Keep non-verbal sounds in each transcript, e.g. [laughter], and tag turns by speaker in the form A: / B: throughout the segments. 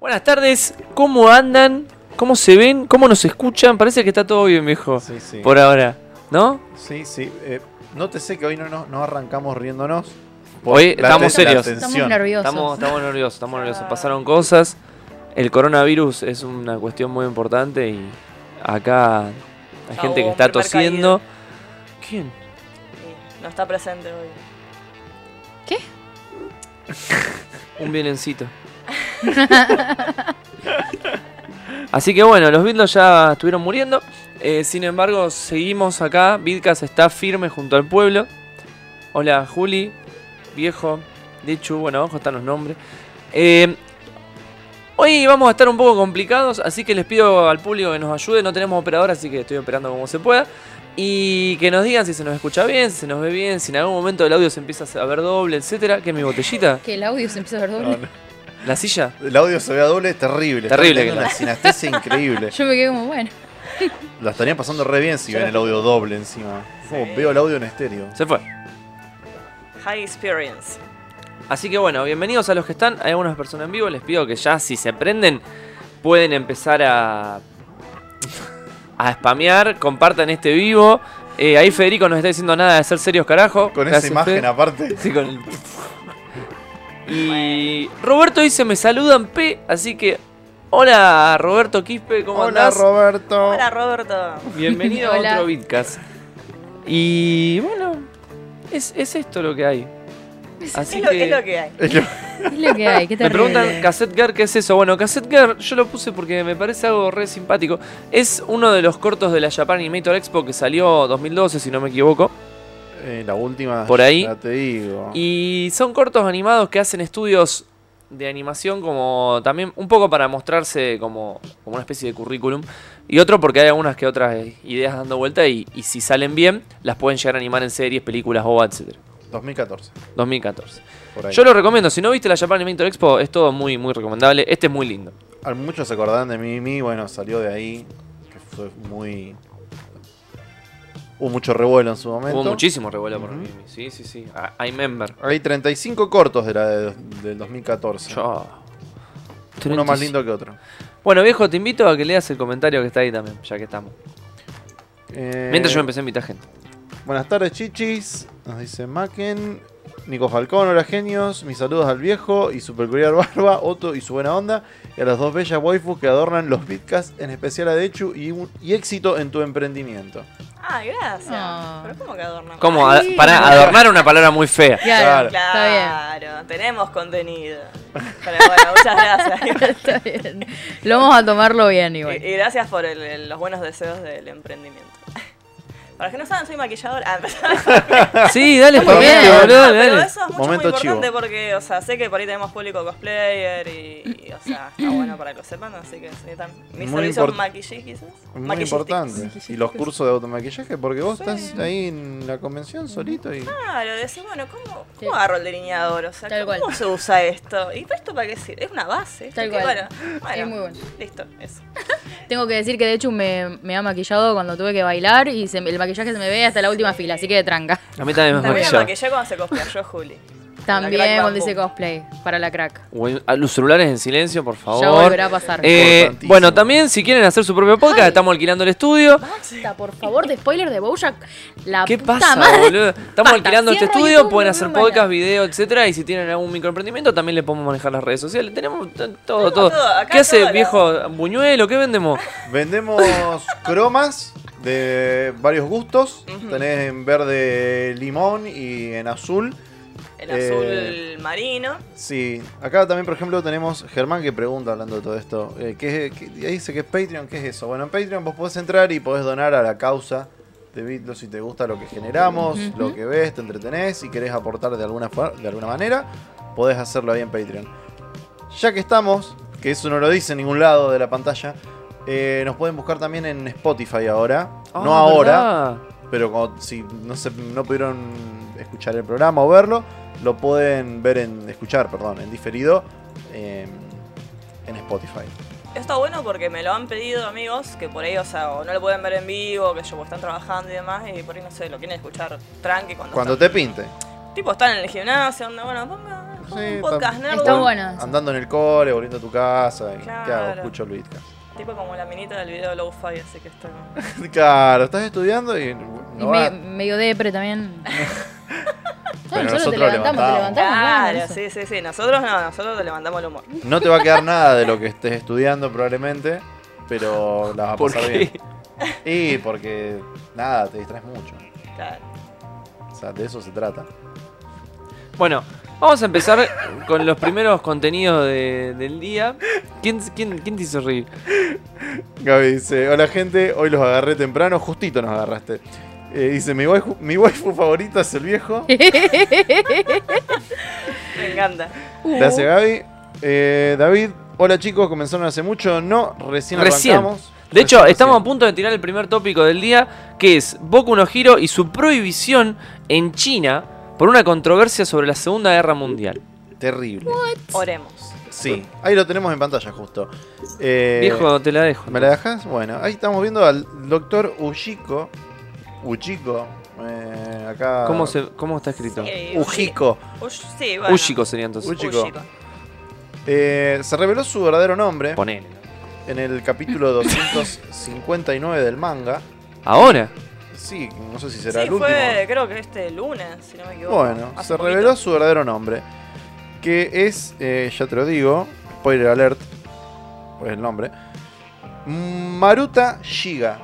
A: Buenas tardes, ¿cómo andan? ¿Cómo se ven? ¿Cómo nos escuchan? Parece que está todo bien, viejo.
B: Sí, sí.
A: Por ahora, ¿no?
B: Sí, sí. Eh, nótese que hoy no, nos no arrancamos riéndonos.
A: Hoy
B: La
A: estamos
B: te- la
A: serios.
B: tensión.
C: Estamos nerviosos.
A: Estamos, estamos nerviosos, estamos nerviosos. Pasaron cosas. El coronavirus es una cuestión muy importante y acá hay
D: Ya
A: gente
D: hubo
A: que
D: un
A: está
D: primer
A: tosiendo. ¿Quién?
D: Y no está presente hoy.
A: Un violencito. Así que bueno, los Beatles ya estuvieron muriendo. Eh, sin embargo, seguimos acá. Vidcas está firme junto al pueblo. Hola, Juli, viejo, Dichu. Bueno, abajo están los nombres. Eh, hoy vamos a estar un poco complicados, así que les pido al público que nos ayude. No tenemos operador, así que estoy operando como se pueda. Y que nos digan si se nos escucha bien, si se nos ve bien, si en algún momento el audio se empieza a ver doble, etcétera. Que mi botellita,
C: Que el audio se empieza a ver doble.
B: No, no.
A: la silla.
B: El audio se vea doble, terrible. Están
A: Terrible,
B: teniendo
A: claro. [laughs]
B: Una sinestesia increíble.
C: Yo me quedé como, bueno.
B: La estarían pasando re bien si ven el audio doble encima. Como veo el audio en estéreo.
A: Se fue.
D: High Experience.
A: Así que bueno, bienvenidos a los que están. Hay algunas personas en vivo. Les pido que ya si se prenden pueden empezar a a spamear. Compartan este vivo. Eh, ahí Federico nos está diciendo nada de ser serios, carajo.
B: Con
A: Gracias,
B: esa imagen
A: Fede. [laughs]
B: aparte.
A: Sí, con el- Y Roberto dice me saludan P. Así que hola Roberto Quispe, ¿cómo
B: Hola
A: andás?
B: Roberto.
D: Hola Roberto.
A: Bienvenido a
C: Hola.
A: otro Bitcast. Y bueno, es, es esto lo que hay. Así
D: es, lo,
A: que...
D: es lo que hay.
B: Es que-
C: Es lo que hay,
A: [laughs]
C: qué
A: Me
C: terrible.
A: preguntan, Cassette Girl, ¿qué es eso? Bueno, Cassette Girl, yo lo puse porque me parece algo re simpático. Es uno de los cortos de la Japan Animator Expo que salió 2012, si no me equivoco.
B: Eh, la última.
A: Por ahí.
B: Ya te digo.
A: Y son cortos animados que hacen estudios de animación como también un poco para mostrarse como, como una especie de currículum. Y otro porque hay algunas que otras eh, ideas dando vuelta y, y si salen bien, las pueden llegar a animar en series, películas, OVA, etc.
B: 2014.
A: 2014.
B: Por ahí.
A: Yo lo recomiendo. Si no viste la Japan Animator Expo, es todo muy, muy recomendable. Este es muy lindo.
B: Al- Ah, Muchos se acordarán de Mimi, bueno, salió de ahí. Que fue muy. Hubo mucho revuelo en su momento.
A: Hubo muchísimo revuelo por
B: Ujú.
A: mí. Sí, sí, sí. Ah, I, I remember.
B: Hay 35 cortos de la de, del 2014.
A: Yo.
B: Uno más lindo que otro.
A: Bueno, viejo, te invito a que leas el comentario que está ahí también, ya que estamos.
B: Eh,
A: Mientras yo empecé a invitar gente.
B: Buenas tardes, chichis. Nos dice Macken. Nico Falcón, hola genios. Mis saludos al viejo y su peculiar [laughs] barba, Otto y su buena onda. Y a las dos bellas waifus que adornan los bitcasts, en especial a Dechu. Y, un- y éxito en tu emprendimiento.
D: Ah, gracias.
C: Ah.
D: Pero ¿cómo que adornamos?
A: ¿Cómo?
C: Ay,
A: Ad- pará,
C: no.
A: adornar una palabra muy fea.
C: Claro, está
D: Claro, tenemos contenido. Pero bueno, muchas gracias.
C: bien. [laughs] Está bien. Lo vamos a tomarlo bien
D: Y,
C: igual.
B: Eh,
D: y gracias por el- el- los buenos deseos del emprendimiento. [laughs] Para los que no saben, soy maquilladora. [laughs] Ah,
B: eh.
A: Sí, dale,
C: Muy bien.
A: Fabián, boludo,
D: No, pero
A: dale.
D: eso es mucho
B: Momento
D: muy importante
B: chivo.
D: porque, o sea, sé que por ahí tenemos público cosplayer y, y, o sea, está bueno para que lo sepan, así que se necesitan mis
B: Muy
D: servicios
B: import-
D: maquillé quizás.
B: Muy
D: Maquillistas.
B: importante. Y los cursos de automaquillaje, porque vos
D: Sí.
B: estás ahí en la convención solito y.
D: Claro, decís, bueno, ¿cómo,
C: Sí.
D: cómo agarro el delineador? O sea,
C: Tal
D: ¿cómo
C: cual.
D: se usa esto? ¿Y esto para qué sirve? Es una base.
C: Tal
D: que,
C: cual.
D: Bueno, bueno,
C: Es muy bueno.
D: Listo, eso.
C: Tengo que decir que de hecho me, me ha maquillado cuando tuve que bailar y se- el maquillaje se me ve hasta la última fila, así que tranca.
A: A mí también me
D: También
A: has
D: la
A: maquillado.
D: maquillé cuando se cosplayó yo, Juli.
C: También cuando
D: dice
C: hice cosplay para la crack.
A: Güey, a ah, Los celulares en silencio, por
C: Ya
A: favor.
C: volverá a pasar.
A: Eh,
B: Importantísimo.
A: bueno, también si quieren hacer su propio podcast, estamos alquilando el estudio.
C: Basta, por favor, de spoiler de Bojack. La
A: ¿Qué
C: puta
A: pasa,
C: madre.
A: boludo? Estamos
C: Basta,
A: alquilando este
C: cierra
A: estudio,
C: YouTube,
A: pueden
C: no
A: hacer
C: veo más
A: podcast,
C: nada.
A: video, etcétera, y si tienen algún microemprendimiento también le podemos manejar las redes sociales. Tenemos t- todo, todo.
D: Tenemos todo, acá
A: ¿Qué hace,
D: todo lo-
A: viejo buñuelo? ¿Qué vendemos?
B: Vendemos cromas de varios gustos. Tenés en verde limón y en azul.
D: El
B: Eh,
D: azul marino.
B: Sí, acá también, por ejemplo, tenemos Germán que pregunta hablando de todo esto. eh, ¿qué, es- qué- ahí dice que es Patreon, ¿qué es eso? Bueno, en Patreon vos podés entrar y podés donar a la causa de Bitlo si te gusta lo que generamos,
C: Ujú.
B: lo que ves, te entretenés, si querés aportar de alguna, fa- de alguna manera, podés hacerlo ahí en Patreon. Ya que estamos, que eso no lo dice en ningún lado de la pantalla, eh, nos pueden buscar también en Spotify ahora. no
A: Ah,
B: ahora,
A: ¿verdad?
B: pero como si no, se, no pudieron escuchar el programa o verlo, lo pueden ver en. escuchar, perdón, en diferido eh, en Spotify.
D: Está bueno porque me lo han pedido amigos que por ahí, o sea, o no lo pueden ver en vivo, que yo, están trabajando y demás, y por ahí no sé, lo quieren escuchar tranqui cuando.
B: Cuando
D: están-
B: te pinte.
D: Tipo, están en el gimnasio, onda, bueno, ponga.
B: Sí,
D: un podcast
B: tam-
D: nerd.
C: Está
B: o
C: bueno. eso.
B: Andando en el core, volviendo a tu casa. y, ¿Qué hago?
D: Claro.
B: Escucho el Bitcast.
D: Tipo como la minita del video Low-Fi, así que está.
B: [laughs] Claro, estás estudiando y.
C: Y
B: no va.
C: me- medio depre
B: [laughs]
C: también.
B: Pero
C: Claro, nosotros te
B: nosotros
C: levantamos, te
B: levantamos.
C: levantamos.
D: Claro,
C: ganas.
D: sí, sí, sí. Nosotros no, nosotros le levantamos el humor.
B: No te va a quedar nada de lo que estés estudiando probablemente, pero la vas a
A: ¿Por
B: pasar
A: qué?
B: bien. Y porque nada, te distraes mucho.
D: Claro.
B: O sea, de eso se trata.
A: Bueno, vamos a empezar con los primeros contenidos de- del día. ¿Quién, quién, quién te hizo reír?
B: Gaby dice, hola gente, hoy los agarré temprano, justito nos agarraste. Eh, dice, mi waifu, mi waifu favorita es el viejo.
D: Me encanta.
B: Gracias Gaby. Eh, David, hola chicos, comenzaron hace mucho, no, recién,
A: Recién.
B: arrancamos.
A: De hecho,
B: Recién,
A: estamos a
B: recién.
A: punto de tirar el primer tópico del día, que es Boku no Hiro y su prohibición en China por una controversia sobre la Segunda Guerra Mundial.
B: Terrible.
D: Oremos.
B: Sí, ahí lo tenemos en pantalla justo. Eh,
A: Viejo, te la dejo.
B: ¿Me la dejas? Bueno, ahí estamos viendo al doctor Uchiko. Uchiko. eh, acá.
A: ¿Cómo, se, ¿Cómo está escrito?
D: Sí,
B: Ujiko.
D: Ush- sí, bueno.
A: Ushiko sería entonces.
B: Uchi-
D: Ushiko.
B: Ushiko. Eh, se reveló su verdadero nombre
A: Ponele.
B: en el capítulo 259 del manga.
A: Ahora.
B: Sí, no sé si será
D: Sí,
B: el último.
D: fue, creo que este lunes, si no me equivoco.
B: Bueno,
D: Hace
B: se
D: poquito.
B: reveló su verdadero nombre. Que es, eh, ya te lo digo, spoiler alert, pues el nombre. Maruta Shiga.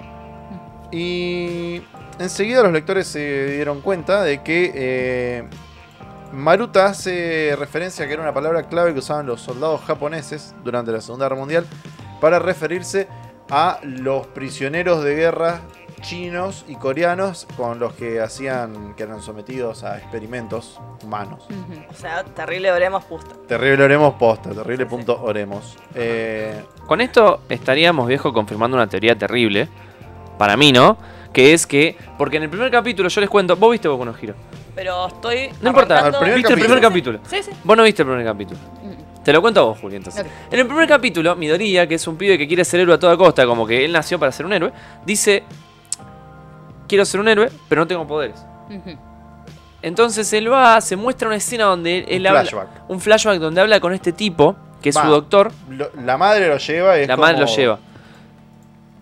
D: Mm.
B: Y enseguida los lectores se dieron cuenta de que eh, Maruta hace referencia a que era una palabra clave que usaban los soldados japoneses durante la Segunda Guerra Mundial para referirse a los prisioneros de guerra chinos y coreanos con los que hacían que eran sometidos a experimentos humanos.
C: Ujú.
D: O sea, terrible oremos justo.
B: Terrible oremos posta, terrible punto oremos. Eh,
A: Con esto estaríamos, viejo, confirmando una teoría terrible. Para mí, ¿no? Que es que. Porque en el primer capítulo yo les cuento. Vos viste Boku no Hiro.
D: Pero estoy.
A: No importa.
D: arrancando-
B: Al primer
A: ¿Viste el primer capítulo?
D: Sí, sí.
A: Vos no viste el primer capítulo. Te lo cuento a vos, Juli, entonces.
C: Ok.
A: En el primer capítulo, Midoriya, que es un pibe que quiere ser héroe a toda costa, como que él nació para ser un héroe, dice, quiero ser un héroe, pero no tengo poderes.
C: Ujú.
A: Entonces él va, se muestra una escena donde él, él
B: un
A: habla...
B: flashback.
A: Un flashback donde habla con este tipo, que es
B: Va.
A: su doctor,
B: Lo- la madre lo lleva y es
A: la madre lo
B: como-
A: lleva.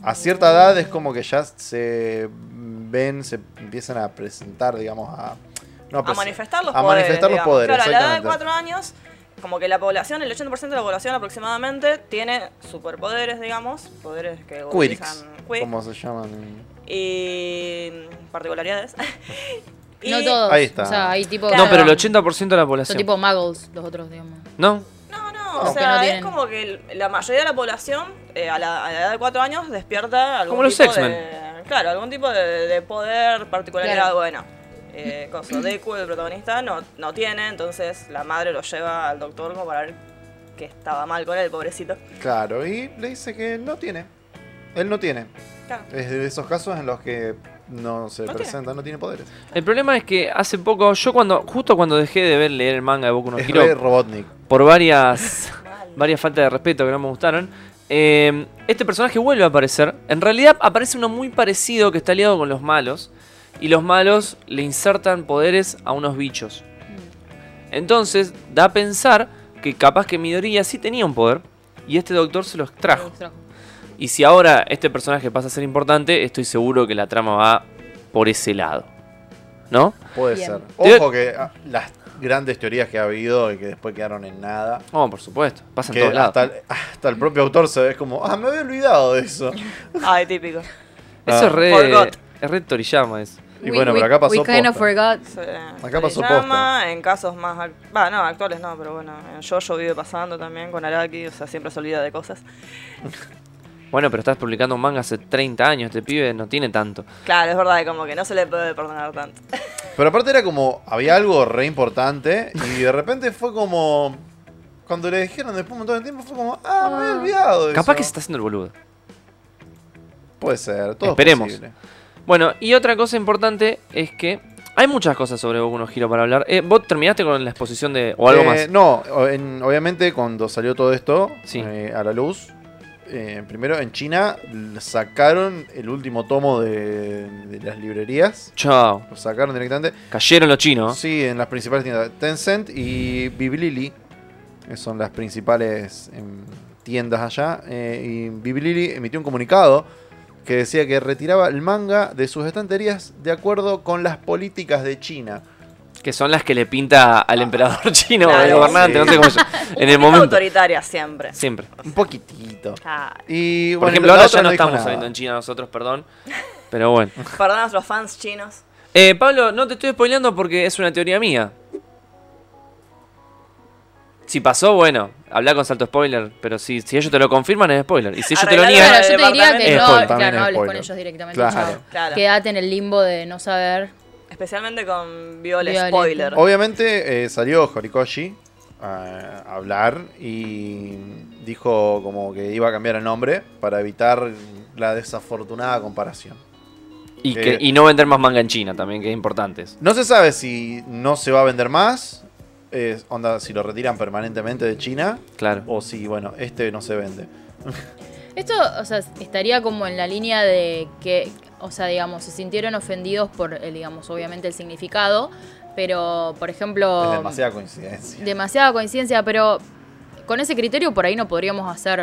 B: A cierta edad es como que ya se ven, se empiezan a presentar, digamos, a. no,
D: A
B: pues,
D: manifestar los
B: a
D: poderes.
B: manifestar los
D: digamos.
B: poderes,
D: Claro, a la edad de
B: exactamente.
D: 4 años, como que la población, el 80% de la población aproximadamente, tiene superpoderes, digamos. Poderes que
B: Quirks,
D: utilizan Quirks.
B: ¿Cómo se llaman?
D: Y. particularidades. [laughs] Y-
C: No todos.
B: Ahí está.
C: O sea, hay tipo.
A: No, pero el
C: son-
A: 80% de la
C: Son
A: población.
C: tipo muggles los otros, digamos.
A: ¿No?
D: No, no,
B: No.
D: o
C: Que no
D: sea, es
C: tienen.
D: como que el- la mayoría de la población eh, a, la, a la edad de 4 años despierta algún
A: Como los
D: tipo de.
A: X-Men.
D: Claro, algún tipo de, de poder, particularidad,
C: Claro.
D: bueno. Eh, cosa. Deku, el protagonista, no, no tiene, entonces la madre lo lleva al doctor como para ver que estaba mal con él, pobrecito.
B: Claro, y le dice que no tiene. Él no tiene.
D: Claro.
B: Es de esos casos en los que no se
D: No tiene.
B: presenta, no tiene poderes.
A: El problema es que hace poco, yo cuando, justo cuando dejé de ver leer el manga de Boku no
B: es
A: Hiro,
B: re Robotnik.
A: por varias
D: Mal.
A: varias faltas de respeto que no me gustaron. Eh, este personaje vuelve a aparecer. En realidad aparece uno muy parecido que está aliado con los malos. Y los malos le insertan poderes a unos bichos. Entonces da a pensar que capaz que Midoriya sí tenía un poder. Y este doctor se lo extrajo.
C: Los trajo.
A: Y si ahora este personaje pasa a ser importante, estoy seguro que la trama va por ese lado. ¿No?
B: Puede
C: Bien.
B: ser.
A: Te-
B: Ojo que ah, las grandes teorías que ha habido y que después quedaron en nada.
A: Oh, por supuesto. Pasa en
B: Que
A: todos lados.
B: hasta, el- hasta el propio autor se ve como, ah, me había olvidado de eso.
D: Ay, típico.
A: Eso
B: Ah.
A: es re,
D: Forgot.
A: es re Toriyama. Eso.
B: Y
C: We-
B: bueno,
C: we-
B: pero acá pasó.
C: We kind of
B: posta.
C: forgot.
D: Sí.
B: Acá pasó
D: Toriyama, En casos más. ac- Va, no, actuales no, pero bueno. En Jojo vive pasando también con Araki, o sea, siempre se olvida de cosas.
A: Bueno, pero estás publicando un manga hace 30 años, este pibe no tiene tanto.
D: Claro, es verdad, como que no se le puede perdonar tanto.
B: Pero aparte era como, había algo re importante y de repente fue como, cuando le dijeron después de un montón de tiempo fue como, ah, me había olvidado de
A: Capaz que se
B: eso.
A: está haciendo el boludo.
B: Puede ser, todo es
A: Esperemos.
B: posible.
A: Bueno, y otra cosa importante es que hay muchas cosas sobre Boku no Hero para hablar. Eh, ¿Vos terminaste con la exposición de o algo
B: Eh,
A: más?
B: No, o- en- obviamente cuando salió todo esto
A: Sí.
B: eh, a la luz, eh, primero en China sacaron el último tomo de, de las librerías.
A: Chao.
B: Lo sacaron directamente.
A: Cayeron los chinos.
B: Sí, en las principales tiendas. Tencent y Biblili eh, son las principales em, tiendas allá. eh, y Biblili emitió un comunicado que decía que retiraba el manga de sus estanterías de acuerdo con las políticas de China.
A: Que son las que le pinta
B: Ah.
A: al emperador [laughs] chino, al
D: Claro,
A: gobernante,
B: sí.
A: no sé cómo [laughs] se En el
D: Es
A: momento.
D: autoritaria siempre.
A: Siempre.
B: Un poquitito.
D: Claro.
B: Y,
A: Por
B: bueno,
A: ejemplo,
B: la
A: ahora
B: otra
A: ya no,
B: dijo
A: estamos
B: nada.
A: saliendo en China nosotros, perdón. [laughs] Pero
B: [laughs]
A: bueno.
D: Perdón a los fans chinos.
A: Eh, Pablo, no te estoy spoileando porque es una teoría mía. Si pasó, bueno, habla con salto spoiler. Pero si, si ellos te lo confirman, es spoiler. Y si ellos te lo
D: Arreglalo,
A: niegan.
C: Claro,
D: arreglalo.
C: yo te diría que
A: Es
C: no,
A: spoiler,
B: también
C: claro,
B: es
C: no hables con
B: spoiler.
C: ellos directamente.
B: Claro.
C: chao.
D: Claro.
C: Quédate en el limbo de no saber.
D: Especialmente con Violet,
C: Violet.
D: Spoiler.
B: Obviamente eh, salió Horikoshi a a hablar y dijo como que iba a cambiar el nombre para evitar la desafortunada comparación.
A: Y,
B: Eh.
A: que, y no vender más manga en China también, que es importante. eso.
B: No se sabe si no se va a vender más, eh, onda si lo retiran permanentemente de China
A: Claro.
B: o si, bueno, este no se vende.
C: Esto, o sea, estaría como en la línea de que, o sea, digamos, se sintieron ofendidos por, eh, digamos, obviamente el significado, pero, por ejemplo...
B: Es demasiada coincidencia.
C: demasiada coincidencia, pero con ese criterio por ahí no podríamos hacer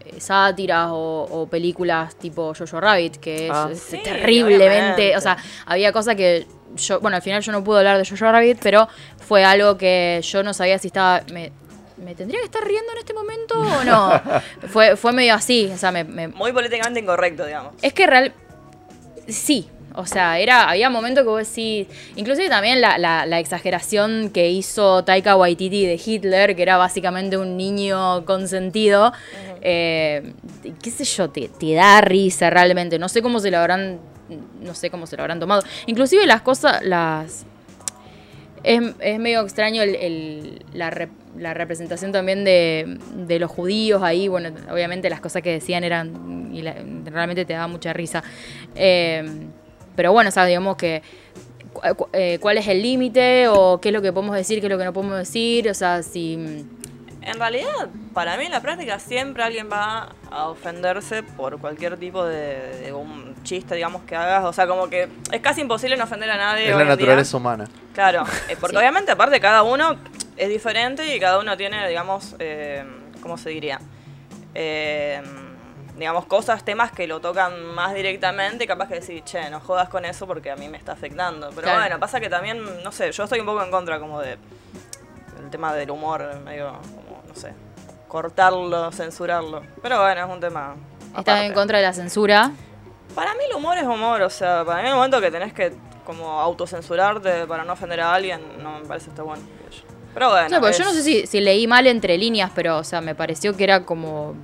C: eh, sátiras o, o películas tipo Jojo Rabbit, que es,
A: Ah.
C: es
D: Sí,
C: terriblemente,
D: obviamente.
C: o sea, había cosas que yo, bueno, al final yo no pude hablar de Jojo Rabbit, pero fue algo que yo no sabía si estaba... Me, ¿Me tendría que estar riendo en este momento o
D: [laughs]
C: no? fue, fue medio así, o sea, me- me,
D: Muy políticamente incorrecto, digamos.
C: es que real. Sí. O sea, era, había momentos que vos decís. Inclusive también la, la- la exageración que hizo Taika Waititi de Hitler, que era básicamente un niño consentido. eh, qué sé yo, te, te da risa realmente. No sé cómo se lo habrán. No sé cómo se lo habrán tomado. Inclusive las cosas. las es, es medio extraño el- el- la, rep- la representación también de, de los judíos ahí. Bueno, obviamente las cosas que decían eran. Y la- realmente te daba mucha risa. Eh, pero bueno, o sea, digamos que. cu- cu- eh, ¿Cuál es el límite? ¿O qué es lo que podemos decir? ¿Qué es lo que no podemos decir? O sea, si.
D: En realidad, para mí en la práctica siempre alguien va a ofenderse por cualquier tipo de, de un chiste, digamos, que hagas. O sea, como que es casi imposible no ofender a
B: Es
D: nadie. hoy
B: la
D: en día.
B: naturaleza humana.
D: Claro, eh, porque
C: Sí.
D: obviamente aparte cada uno es diferente y cada uno tiene, digamos, eh, ¿cómo se diría? Eh, digamos, cosas, temas que lo tocan más directamente y capaz que decir, che, no jodas con eso porque a mí me está afectando. Pero
C: Claro.
D: bueno, pasa que también, no sé, yo estoy un poco en contra como de el tema del humor, medio como, no sé, cortarlo, censurarlo. Pero bueno, es un tema.
C: Estás
D: aparte.
C: en contra de la censura.
D: Para mí el humor es humor, o sea, para mí el momento que tenés que como autocensurarte para no ofender a alguien, no me parece está bueno. Pero bueno.
C: No, porque
D: Ah, es-
C: yo no sé si, si leí mal entre líneas, pero, o sea, me pareció que era como.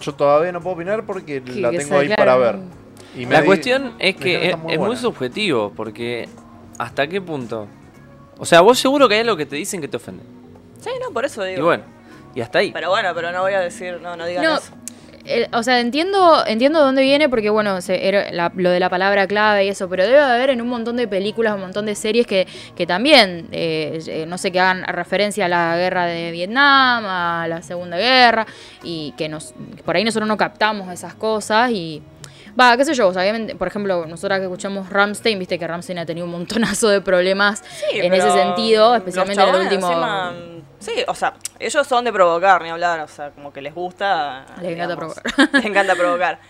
B: Yo todavía no puedo opinar porque
C: Que-
B: la
C: que
B: tengo
C: sea
B: í
C: claro.
B: para ver. Y me
A: La
B: di-
A: cuestión es
B: me
A: que
B: dijeron
A: es,
B: está muy
A: es muy
B: buena.
A: subjetivo, porque ¿hasta qué punto? O sea, vos seguro que hay algo que te dicen que te ofende.
D: Sí, no, por eso
A: Y
D: digo.
A: bueno, y hasta ahí.
D: Pero bueno, pero no voy a decir, no, no digan
C: No,
D: eso.
C: eh, o sea, entiendo, entiendo de dónde viene porque, bueno, se- era la- lo de la palabra clave y eso, pero debe haber en un montón de películas, un montón de series que, que también, eh, eh, no sé, que hagan referencia a la guerra de Vietnam, a la Segunda Guerra, y que nos, por ahí nosotros no captamos esas cosas y... Va, qué sé yo, o sea, obviamente, por ejemplo, nosotras que escuchamos Ramstein, viste que Ramstein ha tenido un montonazo de problemas
D: Sí,
C: en
D: pero mm,
C: ese sentido,
D: los
C: especialmente en el
D: chabones
C: último...
D: encima, mm, sí, o sea, ellos son de provocar, ni hablar, o sea, como que les gusta.
C: Les encanta
D: provocar. [laughs] Les encanta provocar.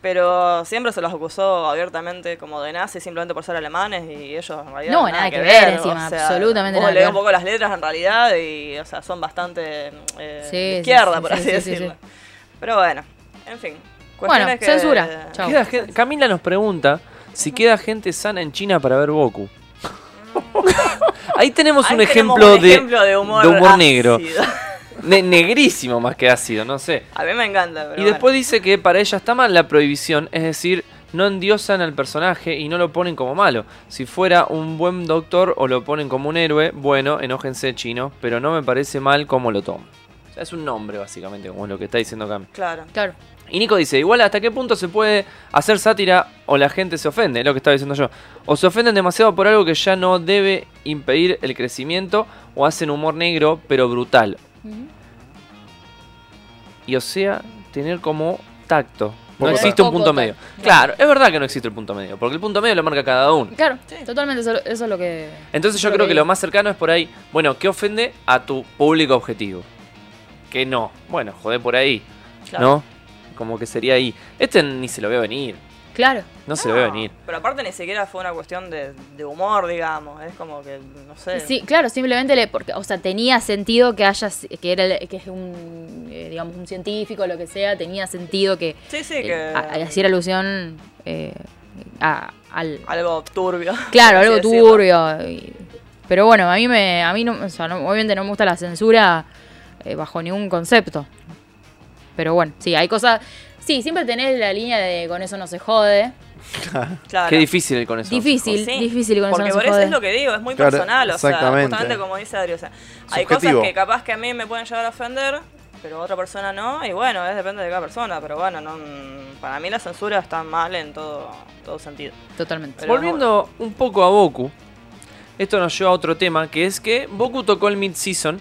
D: Pero siempre se los acusó abiertamente como de nazis simplemente por ser alemanes y ellos en realidad.
C: No, nada que ver, encima, absolutamente
D: vos
C: nada que
D: leés un
C: ver.
D: poco las letras en realidad y, o sea, son bastante eh,
C: Sí,
D: de
C: sí,
D: izquierda,
C: sí,
D: por
C: sí,
D: así
C: sí, sí,
D: decirlo. Pero bueno, en fin.
C: Bueno,
D: cuestiones que-
C: censura, chao.
A: Queda gen- Camila nos pregunta si queda gente sana en China para ver Goku. [laughs] Ahí tenemos
D: Ahí
A: un
D: tenemos
A: ejemplo,
D: un ejemplo
A: de,
D: de humor ácido.
A: negro. Ne- negrísimo más que ácido, no sé.
D: A mí me encanta. Pero
A: y después dice que para ella está mal la prohibición, es decir, no endiosan al personaje y no lo ponen como malo. Si fuera un buen doctor o lo ponen como un héroe, bueno, enójense chino, pero no me parece mal como lo toma. O sea, es un nombre básicamente, como lo que está diciendo Cami.
D: bueno, claro.
C: Claro.
A: Y Nico dice, igual hasta qué punto se puede hacer sátira o la gente se ofende, es lo que estaba diciendo yo. O se ofenden demasiado por algo que ya no debe impedir el crecimiento o hacen humor negro pero brutal. y Osea tener como tacto. No
B: Poco
A: existe
B: tacto.
A: un punto
C: Poco
A: medio.
C: tacto.
A: Claro, es verdad que no existe el punto medio, porque el punto medio lo marca cada uno.
C: Claro,
D: Sí.
C: totalmente eso, eso es lo que...
A: Entonces yo
C: Creo
A: creo
C: que
A: que
C: es.
A: lo más cercano es por ahí, bueno, ¿qué ofende a tu público objetivo? Que no. Bueno, joder por ahí, ¿no? Como que sería ahí. Este ni se lo veo venir,
C: Claro,
A: no se lo veo venir.
D: Ah. Pero aparte ni siquiera fue una cuestión de, de humor, digamos. Es como que, no sé.
C: sí, claro, simplemente le, porque, o sea, tenía sentido que haya, que era, el- que es un, eh, digamos, un científico, lo que sea, tenía sentido que
D: Sí, sí,
C: eh,
D: que.
C: a- a- hacía alusión eh, a- al,
D: Algo turbio. [laughs]
C: Claro,
D: por así
C: algo
D: Ah, decirlo.
C: turbio. y- Pero bueno, a mí me, a mí no, o sea, no- obviamente no me gusta la censura eh, bajo ningún concepto. Pero bueno, sí, hay cosas. Sí, siempre tenés la línea de con eso no se jode.
D: Claro.
A: Qué difícil el con eso.
C: Difícil,
D: Sí,
C: difícil con eso
D: Porque
C: no
D: por
C: se
D: eso
C: jode.
D: es lo que digo, es muy
B: Claro,
D: personal. O sea,
B: exactamente.
D: justamente como dice Adri, o sea, hay cosas
B: Subjetivo.
D: que capaz que a mí me pueden llegar a ofender, pero a otra persona no, y bueno, es depende de cada persona, pero bueno, no, mm, para mí la censura está mal en todo, todo sentido.
C: Totalmente.
D: Pero
A: Volviendo un poco a Boku, esto nos lleva a otro tema, que es que Boku tocó el mid-season.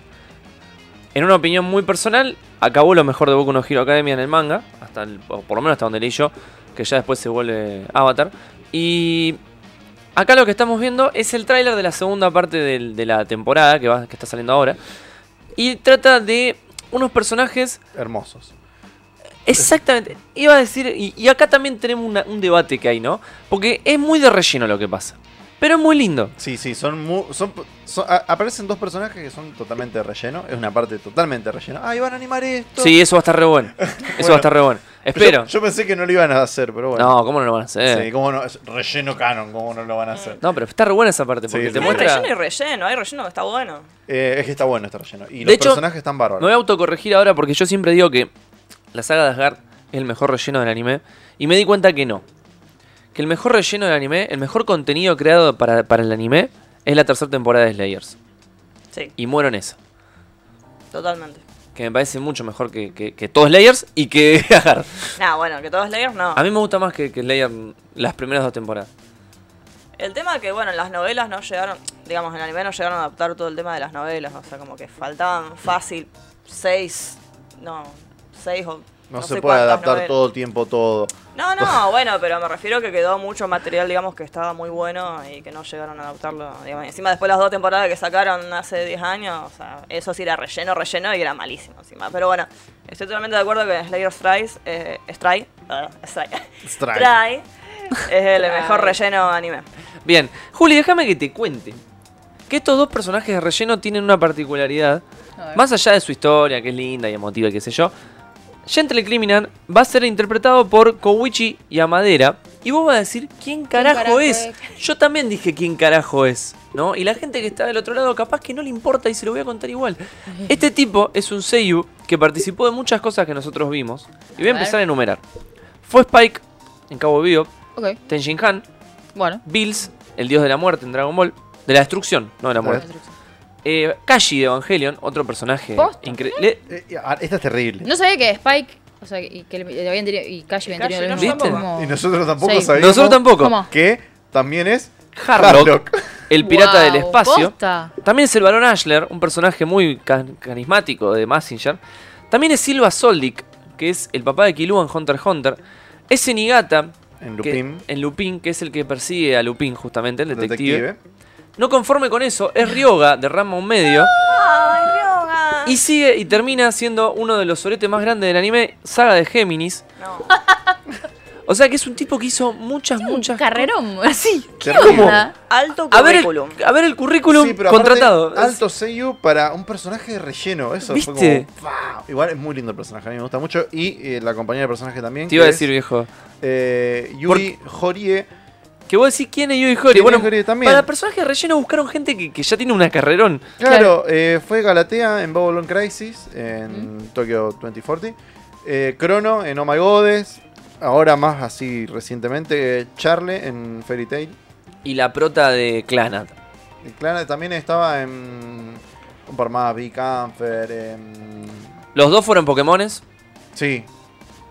A: En una opinión muy personal, acabó lo mejor de Boku no Hero Academia en el manga, hasta el- o por lo menos hasta donde leí yo, que ya después se vuelve Avatar. Y acá lo que estamos viendo es el tráiler de la segunda parte del- de la temporada que, va, que está saliendo ahora. Y trata de unos personajes
B: Hermosos.
A: Exactamente. Iba a decir, y, y acá también tenemos una- un debate que hay, ¿no? Porque es muy de relleno lo que pasa. Pero es muy lindo.
B: Sí, sí, son, mu- son, son- a- aparecen dos personajes que son totalmente de relleno. Es una parte totalmente de relleno. Ah, iban a animar esto.
A: Sí, eso va a estar re
B: [laughs]
A: bueno. Eso va a estar re bueno. Espero.
B: Yo, yo pensé que no lo iban a hacer, pero bueno.
A: No, eh. ¿cómo no lo van a hacer?
B: Sí, cómo no, es relleno canon, cómo no lo van a hacer.
A: No, pero está re buena esa parte porque
B: Sí,
A: te
B: sí.
D: Hay
A: muestra.
D: relleno y relleno, hay relleno que está bueno.
B: Eh, es que está bueno este relleno. Y
A: De
B: los
A: hecho,
B: personajes están bárbaros.
A: Me voy a autocorregir ahora porque yo siempre digo que la saga de Asgard es el mejor relleno del anime. Y me di cuenta que no. Que el mejor relleno del anime, el mejor contenido creado para, para el anime, es la tercera temporada de Slayers.
D: Sí,
A: Y muero en esa.
D: totalmente.
A: Que me parece mucho mejor que, que, que todo Slayers y que [laughs] Asgard.
D: Nah, bueno, que todos layers no.
A: A mí me gusta más que, que lean las primeras dos temporadas.
D: El tema que, bueno, en las novelas no llegaron, digamos, en el anime no llegaron a adaptar todo el tema de las novelas, o sea, como que faltaban fácil seis, no, seis o...
B: No,
D: sé
B: se puede
D: cuántas
B: adaptar
D: novelas.
B: todo el tiempo todo.
D: No, no, bueno, pero me refiero que quedó mucho material, digamos, que estaba muy bueno y que no llegaron a adaptarlo. digamos. Encima, después las dos temporadas que sacaron hace 10 años, o sea, eso sí era relleno, relleno y era malísimo. Encima. Pero bueno, estoy totalmente de acuerdo que Slayer Strike, eh, Strike, ah, [laughs] Strike,
B: Strike.
D: Strike es el
C: Strike.
D: mejor relleno anime.
A: Bien, Juli, déjame que te cuente que estos dos personajes de relleno tienen una particularidad.
C: A ver.
A: Más allá de su historia, que es linda y emotiva, y qué sé yo. Gentle Criminal va a ser interpretado por Kowichi Yamadera. Y vos vas a decir, ¿quién carajo,
C: carajo
A: es?
C: es?
A: Yo también dije, ¿quién carajo es? ¿No? Y la gente que está del otro lado, capaz que no le importa y se lo voy a contar [laughs] igual. Este tipo es un Seiyu que participó de muchas cosas que nosotros vimos. Y voy a
C: A ver.
A: empezar a enumerar. Fue Spike en Cabo Vivo,
C: Ok,
A: Tenjin Han,
C: bueno.
A: Bills, el dios de la muerte en Dragon Ball, de la destrucción, no de la
B: A ver.
A: muerte. Eh, Kashi de Evangelion, otro personaje
C: Posta.
A: increíble.
B: Eh, y- ah, esta es terrible.
C: No sabía que Spike, o sea, y que le, le habían tenido, y Cash habían
D: Cash,
C: tenido el
D: no,
C: mismo
A: ¿Viste?
C: como-
B: Y nosotros tampoco
C: Sí.
B: sabíamos
A: Nosotros tampoco.
C: ¿Cómo?
B: que también es
A: Harlock,
B: Harlock.
A: el pirata
C: Guau,
A: del espacio.
C: posta.
A: También es el varón Ashler, un personaje muy ca- carismático de Massinger. También es Silva Soldic, que es el papá de Killua en Hunter x Hunter. Es Enigata.
B: en
A: que-
B: Lupin.
A: en Lupin, que es el que persigue a Lupin, justamente, el detective.
B: Detective.
A: No conforme con eso, es Ryoga de Rama un medio.
D: ¡Ay, Ryoga!
A: Y sigue y termina siendo uno de los soretes más grandes del anime, Saga de Géminis.
D: No.
A: O sea que es un tipo que hizo muchas, muchas.
C: Un carrerón. Así.
B: Terrible.
D: Alto
A: A ver,
D: currículum.
A: el, a ver el currículum
B: Sí, pero aparte,
A: contratado.
B: Alto Seiyu para un personaje de relleno. Eso
A: ¿Viste?
B: fue como. ¡Wow! Igual es muy lindo el personaje, a mí me gusta mucho. Y eh, la compañía de personaje también.
A: Te iba a
B: que
A: decir,
B: es,
A: viejo.
B: eh, Yuri Horie.
A: Que vos decís quién es Yui Horii.
B: ¿Quién
A: Bueno,
B: es Horii también?
A: para personajes de relleno buscaron gente que, que ya tiene una carrerón.
B: Claro, eh, fue Galatea en Babylon Crisis, en Tokyo 2040. eh, Crono en Oh My Godes. Ahora más así recientemente, eh, Charlie en Fairy Tail.
A: Y la prota de Clanat.
B: Y Clara también estaba en. Un par más, Big Camper. en-
A: Los dos fueron Pokémones.
B: Sí.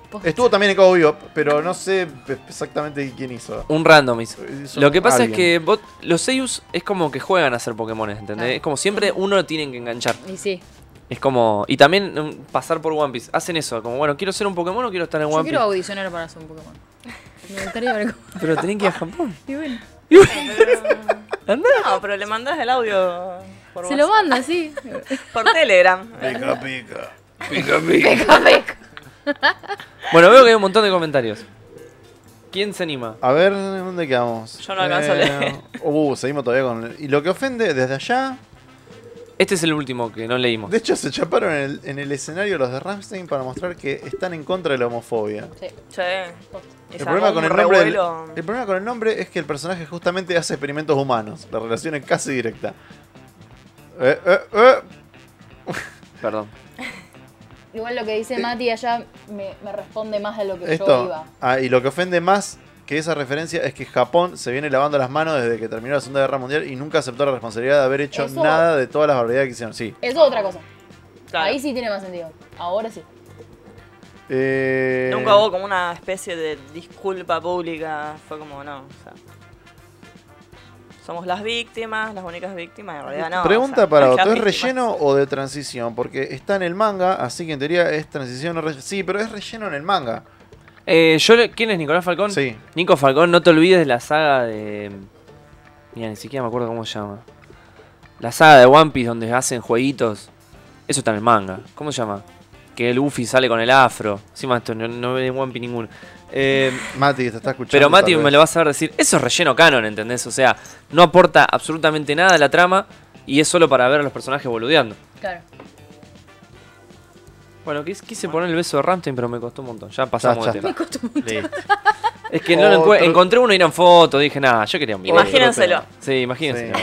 C: Posta.
B: Estuvo también en Cowboy Bebop, pero no sé exactamente quién hizo.
A: Un random hizo.
B: Hizo
A: Lo que pasa es
B: alguien.
A: que vos- los Seiyus es como que juegan a ser Pokémones, ¿entendés?
C: Ah.
A: Es como siempre uno lo tienen que enganchar.
C: Y sí.
A: Es como. Y también mm, pasar por One Piece. Hacen eso, como bueno, quiero ser un Pokémon o quiero estar en
C: Yo
A: One
C: quiero
A: Piece.
C: audicionar para hacer un Pokémon. Me gustaría ver cómo.
A: Pero tienen que ir a Japón.
C: Y bueno,
A: Andá.
D: [laughs] No, pero le mandas el audio por,
C: se lo
D: WhatsApp.
C: manda,
D: [laughs]
C: sí.
D: por Telegram.
B: Pica, pica.
A: Bueno, veo que hay un montón de comentarios. ¿Quién se anima?
B: A ver, ¿dónde quedamos? Eh,
D: Yo no alcanzo a leer.
B: Uh, seguimos todavía con... Y lo que ofende, desde allá...
A: Este es el último que no leímos.
B: De hecho, se chaparon en el, en el escenario los de Ramstein para mostrar que están en contra de la homofobia.
D: Che. y
B: El
D: sacó
B: problema, con
D: un
B: el, nombre del-
D: revuelo.
B: el problema con el nombre es que el personaje justamente hace experimentos humanos. La relación es casi directa. Eh, eh, eh.
A: Perdón.
C: Igual lo que dice Mati allá me, me responde más a lo que yo
B: Esto.
C: iba.
B: Ah, y lo que ofende más que esa referencia es que Japón se viene lavando las manos desde que terminó la Segunda Guerra Mundial y nunca aceptó la responsabilidad de haber hecho
C: Eso-
B: nada de todas las barbaridades que hicieron. Sí.
C: Eso es otra cosa.
D: Claro.
C: Ahí sí tiene más sentido. Ahora sí.
B: Eh,
D: Nunca hubo como una especie de disculpa pública. Fue como, no, o sea. Somos las víctimas, las únicas víctimas, en realidad no.
B: Pregunta
D: o sea,
B: para
D: las
B: Otto, ¿es
D: víctimas-
B: relleno o de transición? Porque está en el manga, así que en teoría es transición o relleno. Sí, pero es relleno en el manga.
A: Eh, yo le- ¿Quién es Nicolás Falcón?
B: Sí.
A: Nico Falcón, no te olvides de la saga de. Mira, ni siquiera me acuerdo cómo se llama. La saga de One Piece donde hacen jueguitos. Eso está en el manga. ¿Cómo se llama? Que el Luffy sale con el afro. Encima esto no, no ve One Piece ninguno. Eh,
B: Mati, te está escuchando.
A: pero Mati
B: tal
A: me
B: vez.
A: lo va a saber decir. Eso es relleno canon, ¿entendés? O sea, no aporta absolutamente nada a la trama y es solo para ver a los personajes boludeando.
C: Claro.
A: Bueno, quis- quise poner el beso de Ramstein, pero me costó un montón. Ya pasamos
B: ya
A: de
B: [laughs]
A: tema.
B: está. Listo.
A: Es que no lo encue-
B: Otro-
A: encontré uno y eran fotos. Dije, nada, yo quería un video.
D: Imagínenselo.
A: Sí, imagínense.
B: Sí.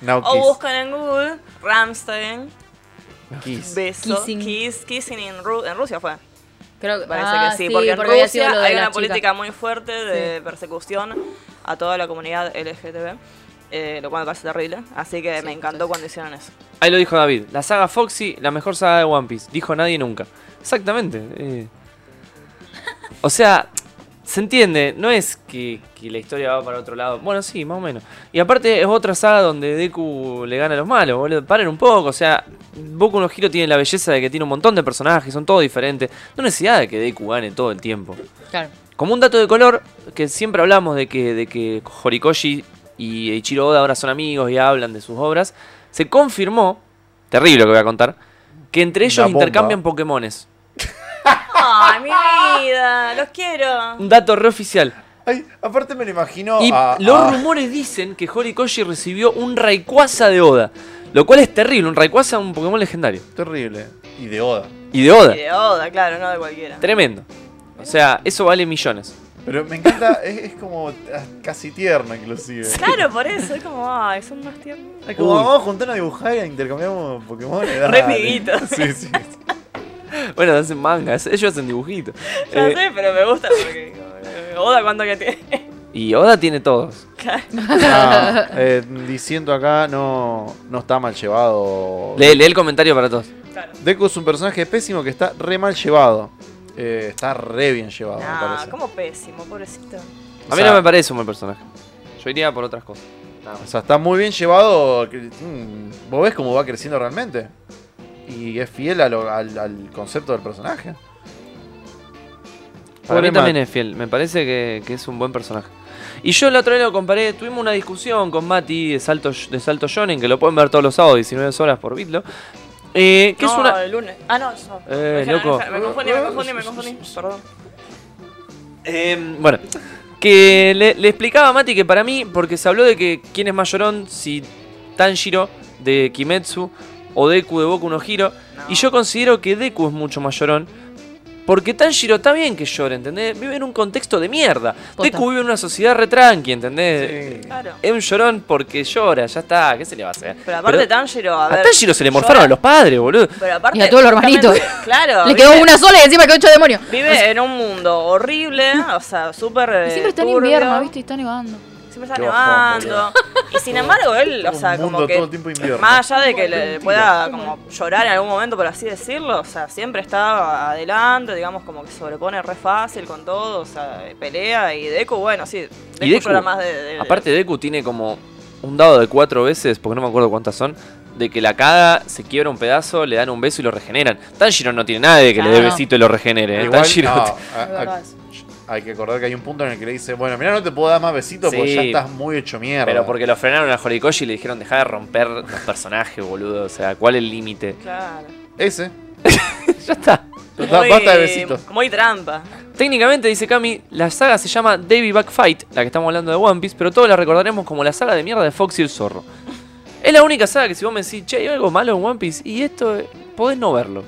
B: Now
D: O
B: kiss.
D: buscan en Google Ramstein,
B: Kiss.
D: beso,
C: Kissing.
D: kiss, kissing en, Ru- en Rusia fue.
C: Creo que
D: Parece
C: ah,
D: que sí, porque en
C: había sido
D: Rusia
C: lo de
D: hay
C: la
D: una
C: chica.
D: política muy fuerte de persecución a toda la comunidad LGTB, eh, lo cual me parece terrible. Así que
C: Sí,
D: me encantó cuando hicieron eso.
A: Ahí lo dijo David. La saga Foxy, la mejor saga de One Piece. Dijo nadie nunca. Exactamente. eh. O sea, se entiende. No es que, que la historia va para otro lado. Bueno, sí, más o menos. Y aparte es otra saga donde Deku le gana a los malos, boludo. Paren un poco. O sea, Boku no Hero tiene la belleza de que tiene un montón de personajes. Son todos diferentes. No necesidad de que Deku gane todo el tiempo.
C: Claro.
A: Como un dato de color, que siempre hablamos de que, de que Horikoshi y Ichiro Oda ahora son amigos y hablan de sus obras, se confirmó, terrible lo que voy a contar, que entre
B: Una
A: ellos
B: bomba.
A: intercambian Pokémones.
D: ¡Ay, [laughs] mi vida! ¡Los quiero!
A: Un dato reoficial.
B: Ay, aparte me lo imagino.
A: Y
B: a- Ah,
A: los
B: a-
A: rumores dicen que Horikoshi recibió un Rayquaza de Oda, lo cual es terrible, un Rayquaza es un Pokémon legendario.
B: Terrible. Y de Oda.
A: Y de Oda.
D: Y de Oda, claro, no de cualquiera.
A: Tremendo. O sea, eso vale millones.
B: Pero me encanta, es, es como ah, casi tierno inclusive.
D: Claro, por eso, es como, ay, son más tiernos.
B: Es como
A: Uy.
B: vamos a juntarnos a dibujar y a intercambiamos Pokémon.
D: Re amiguitos.
B: [laughs] Sí, sí.
A: Bueno, hacen mangas, [laughs] ellos hacen dibujitos.
D: Ya
A: Eh,
D: sé, pero me gusta porque eh, Oda cuando que tiene. [laughs]
A: y Oda tiene todos.
B: Ah, eh, diciendo acá, no, no está mal llevado.
A: Lee, lee el comentario para todos.
D: Claro.
B: Deku es un personaje pésimo que está re mal llevado. Eh, está re bien llevado, me
D: Ah,
B: parece.
D: como pésimo, pobrecito.
A: A
B: O
A: mí
B: sea-
A: no me parece un buen personaje. Yo iría por otras cosas. Nada
B: O
A: más.
B: sea, está muy bien llevado. que- mm, Vos ves cómo va creciendo realmente. Y es fiel a lo- al, al concepto del personaje.
A: Para mí
B: Problema-
A: también es fiel. Me parece que, que es un buen personaje. Y yo el otro día lo comparé. Tuvimos una discusión con Mati de Salto, de Salto Shonen, que lo pueden ver todos los sábados, 19 horas por Bitlo. Eh, que
D: no,
A: es una.
D: el lunes. Ah, no, eso.
A: Eh, loco.
D: Me confundí, me confundí, me confundí. Perdón.
A: Eh, bueno, que le, le explicaba a Mati que para mí, porque se habló de que quién es mayorón, si Tanjiro de Kimetsu o Deku de Boku no Hiro.
D: No.
A: Y yo considero que Deku es mucho mayorón. Porque Tanjiro está bien que llore, ¿entendés? Vive en un contexto de mierda.
C: Posta.
A: Deku vive en una sociedad retranqui, ¿entendés?
B: Sí. Ah,
D: Claro.
A: Es un llorón porque llora, ya está, ¿qué se le va a hacer?
D: Pero aparte
A: Pero
D: Tanjiro, a
A: a
D: ver.
A: Tanjiro se le morfaron
D: llora.
A: los padres, boludo.
D: Pero aparte,
C: Y a todos los hermanitos.
D: justamente, Claro.
C: [laughs] Le quedó
D: vive-
C: una sola y encima quedó ocho demonios.
D: Vive en un mundo horrible, o sea, súper. eh,
C: Siempre está en
D: turbio,
C: invierno, ¿viste? Y está nevando.
D: Siempre está
B: Qué bajón,
D: nevando. Y sin embargo, él, o
B: Todo
D: sea,
B: el
D: como
B: mundo
D: que.
B: todo el tiempo invierno.
D: Más allá de que le pueda como llorar en algún momento, por así decirlo, o sea, siempre está adelante, digamos, como que sobrepone re fácil con todo, o sea, pelea y Deku, bueno, sí. Deku
A: Y Deku,
D: llora más de, de-
A: Aparte Deku tiene como un dado de cuatro veces, porque no me acuerdo cuántas son, de que la caga, se quiebra un pedazo, le dan un beso y lo regeneran. Tanjiro no tiene nada de que le dé
C: Claro.
A: besito y lo regenere. ¿eh?
B: Igual,
A: Tanjiro
B: no,
A: t-
B: a-
C: Es verdad
B: a-
C: eso.
B: hay que acordar que hay un punto en el que le dice, bueno, mira, no te puedo dar más besitos porque
A: Sí.
B: ya estás muy hecho mierda.
A: Pero porque lo frenaron a Horikoshi y le dijeron, deja de romper los personajes, boludo. O sea, ¿cuál es el límite?
D: Claro.
B: Ese.
A: Ya está.
B: Basta- Basta de besitos.
D: Muy trampa.
A: Técnicamente, dice Cami, la saga se llama Davy Back Fight, la que estamos hablando de One Piece, pero todos la recordaremos como la saga de mierda de Fox y el Zorro. Es la única saga que si vos me decís, che, hay algo malo en One Piece, y esto eh, podés no
C: [laughs]
A: verlo.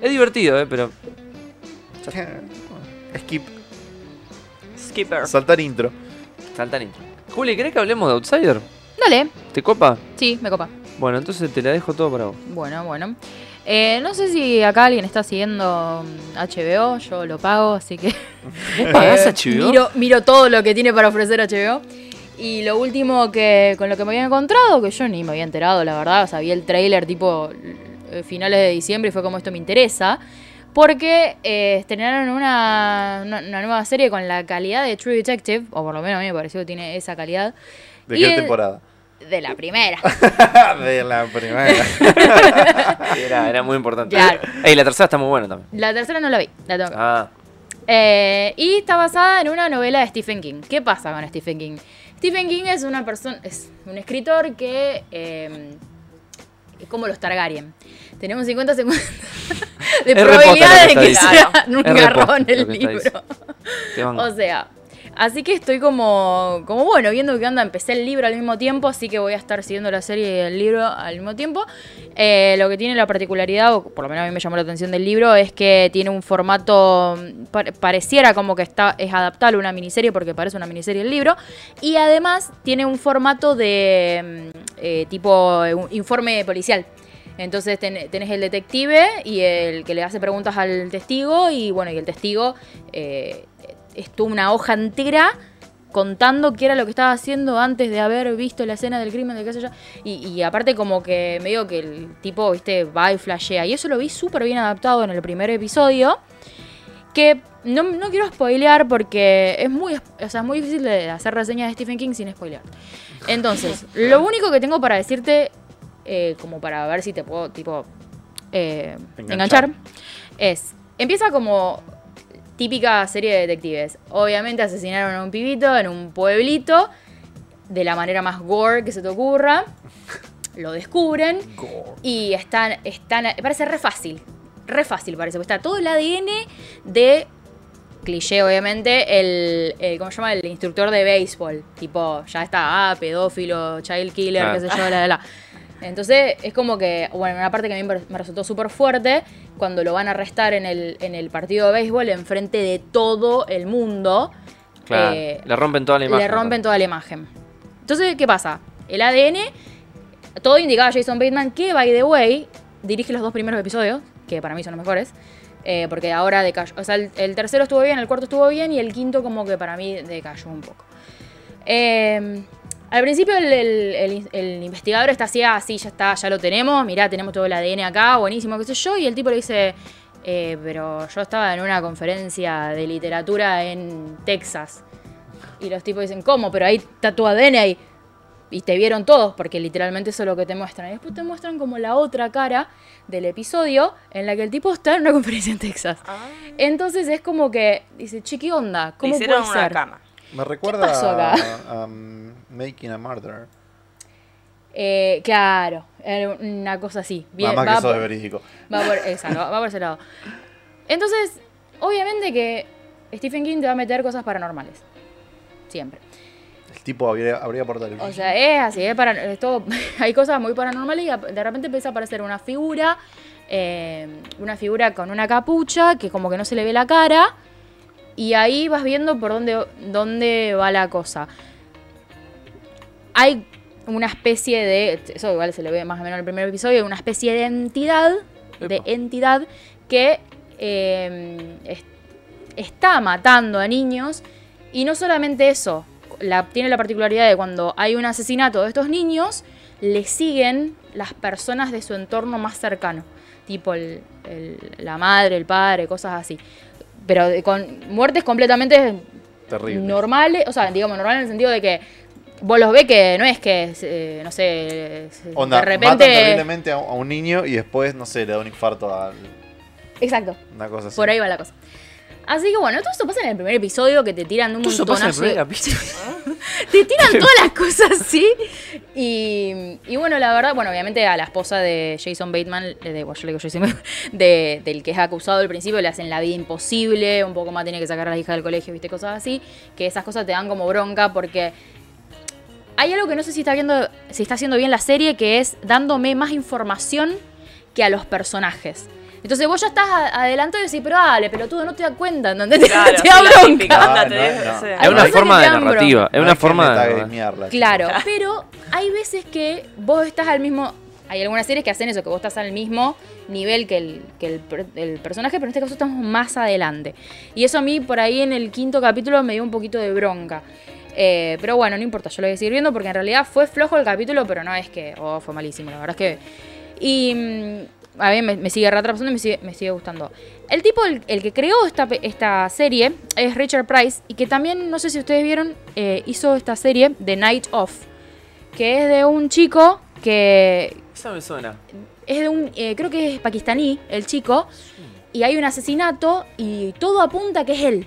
A: Es divertido, eh, pero.
B: [laughs] Skip.
D: Skipper.
B: Saltar intro.
A: Saltan intro. Juli, ¿querés que hablemos de Outsider?
C: Dale,
A: ¿Te copa?
C: sí, me copa.
A: Bueno, entonces te la dejo todo para vos.
C: Bueno, bueno. Eh, no sé si acá alguien está siguiendo mm, HBO, yo lo pago, así [laughs] que...
A: ¿Pagás
C: [laughs] Eh,
A: HBO?
C: Miro, miro todo lo que tiene para ofrecer HBO. Y lo último que con lo que me había encontrado, que yo ni me había enterado, la verdad, o sea, vi el trailer tipo eh, finales de diciembre y fue como esto me interesa, porque eh, estrenaron una, una- una nueva serie con la calidad de True Detective, o por lo menos a mí me pareció que tiene esa calidad.
B: ¿De
C: Y
B: qué
C: el-
B: temporada?
C: De la primera.
A: [laughs]
B: de la primera.
A: Era, era muy importante.
C: Claro.
A: Ey, la tercera está muy buena también.
C: [laughs] La tercera no la vi, la tengo que
A: Ah,
C: Eh, y está basada en una novela de Stephen King. ¿Qué pasa con Stephen King? Stephen King es una persona, es un escritor que eh, es como los Targaryen. Tenemos 50 segundos [laughs] de
A: Es re posta lo
C: probabilidad de
A: que
C: que
A: está
C: sea
A: diciendo.
C: un
A: Es re posta
C: garrón
A: lo
C: el
A: que está
C: libro.
A: diciendo. te van.
C: O sea, así que estoy como, como bueno, viendo que anda. Empecé el libro al mismo tiempo, así que voy a estar siguiendo la serie y el libro al mismo tiempo. Eh, lo que tiene la particularidad, o por lo menos a mí me llamó la atención del libro, es que tiene un formato, mm, pa- pareciera como que está, es adaptable a una miniserie, porque parece una miniserie el libro. Y además tiene un formato de mm, eh, tipo eh, un informe policial. Entonces ten- tenés el detective y el que le hace preguntas al testigo y bueno, y el testigo eh, estuvo una hoja entera contando qué era lo que estaba haciendo antes de haber visto la escena del crimen, de qué sé yo. Y, y aparte como que medio que el tipo, viste, va y flashea. Y eso lo vi súper bien adaptado en el primer episodio. Que no, no quiero spoilear porque es muy, o sea, es muy difícil de hacer reseñas de Stephen King sin spoilear. Entonces, lo único que tengo para decirte, eh, como para ver si te puedo, tipo, eh,
B: Enganchar.
C: enganchar, es, empieza como típica serie de detectives. Obviamente asesinaron a un pibito en un pueblito, de la manera más gore que se te ocurra. Lo descubren y están, están, parece re fácil, re fácil parece, porque está todo el ADN de cliché, obviamente, el, eh, ¿cómo se llama? El instructor de béisbol. Tipo, ya está, ah, pedófilo, child killer,
A: Ah.
C: qué sé yo, la, la, la. Entonces, es como que, bueno, una parte que a mí me resultó súper fuerte, cuando lo van a arrestar en el, en el partido de béisbol, enfrente de todo el mundo,
A: Claro.
C: eh,
A: le rompen toda la imagen.
C: le rompen toda la imagen. Entonces, ¿qué pasa? El ADN, todo indicaba a Jason Bateman que, by the way, dirige los dos primeros episodios, que para mí son los mejores. eh, porque ahora decayó. O sea, el, el tercero estuvo bien, el cuarto estuvo bien y el quinto, como que para mí decayó un poco. Eh, al principio el, el- el- el investigador está así, así, ya está, ya lo tenemos, mirá, tenemos todo el ADN acá, buenísimo, qué sé yo, y el tipo le dice, "Eh, pero yo estaba en una conferencia de literatura en Texas. Y los tipos dicen, ¿cómo? Pero ahí está tu ADN ahí. Y te vieron todos, porque literalmente eso es lo que te muestran. Y después te muestran como la otra cara del episodio en la que el tipo está en una [laughs] conferencia en Texas.
D: Ah.
C: Entonces es como que dice, che, ¿qué onda?
D: Le
C: ¿Cómo puede
D: hicieron una
C: ser?
D: cama.
B: Me recuerda
C: pasó acá?
B: a um, Making a Murderer.
C: Eh, claro, era una cosa así. Bien,
B: Mamá que
C: va,
B: eso es
C: por,
B: verídico.
C: va por- exacto, va por ese lado. Entonces, obviamente que Stephen King te va a meter cosas paranormales. Siempre.
B: El tipo habría, habría portado el
C: O sea, es así, es para, es todo- [laughs] hay cosas muy paranormales y ap- de repente empieza a aparecer una figura, eh, una figura con una capucha que como que no se le ve la cara y ahí vas viendo por dónde, dónde va la cosa. Hay una especie de, eso igual se le ve más o menos en el primer episodio, una especie de entidad, de
A: Epa.
C: entidad que eh, es- está matando a niños y no solamente eso, la, tiene la particularidad de cuando hay un asesinato de estos niños, le siguen las personas de su entorno más cercano, tipo el- el- la madre, el padre, cosas así. Pero de- con muertes completamente
B: terrible.
C: normales, o sea, digamos, normales en el sentido de que Vos los ves que no es que, eh, no sé,
B: Onda,
C: de
B: matan
C: repente...
B: terriblemente a, un- a un niño y después, no sé, le da un infarto a
C: Exacto.
B: una cosa así.
C: Por ahí va la cosa. Así que bueno, todo esto pasa en el primer episodio que te tiran de un
A: Todo eso pasa en el
C: montonazo.
A: primer
C: de- [laughs]
A: capítulo.
C: Te tiran
D: [laughs]
C: todas las cosas así. Y, y bueno, la verdad, bueno, obviamente a la esposa de Jason Bateman, eh, de, bueno, yo le digo Jason Bateman, [laughs] de- del que es acusado al principio, le hacen la vida imposible, un poco más tiene que sacar a la hija del colegio, viste, cosas así. Que esas cosas te dan como bronca porque hay algo que no sé si está viendo, si está haciendo bien la serie, que es dándome más información que a los personajes. Entonces vos ya estás a- adelantado y decís, pero dale, pelotudo, no te das cuenta,
D: [laughs]
C: ¿no? [laughs] Te,
D: Claro,
C: te da
D: sí, la
C: bronca.
D: típica.
B: Ah,
D: Anda, te digo, sí.
A: Es
C: Hay
A: una
C: cosas
A: forma
C: que
A: de
C: te dan
A: narrativa.
C: bronca.
A: Es
B: No
A: una
B: hay que
A: forma de.
B: metagamearla, chicos.
C: Claro, pero hay veces que vos estás al mismo. Hay algunas series que hacen eso, que vos estás al mismo nivel que el, que el, per- el personaje, pero en este caso estamos más adelante. Y eso a mí por ahí en el quinto capítulo me dio un poquito de bronca. Eh, pero bueno, no importa, yo lo voy a seguir viendo porque en realidad fue flojo el capítulo, pero no es que. Oh, fue malísimo, la verdad es que. Y. mm, A ver, me, me sigue retrasando y me sigue, me sigue gustando. El tipo, el, el que creó esta, pe- esta serie es Richard Price y que también, no sé si ustedes vieron, eh, hizo esta serie The Night Of que es de un chico que
A: Esa me suena.
C: es de un, eh, creo que es pakistaní, el chico, y hay un asesinato y todo apunta que es él.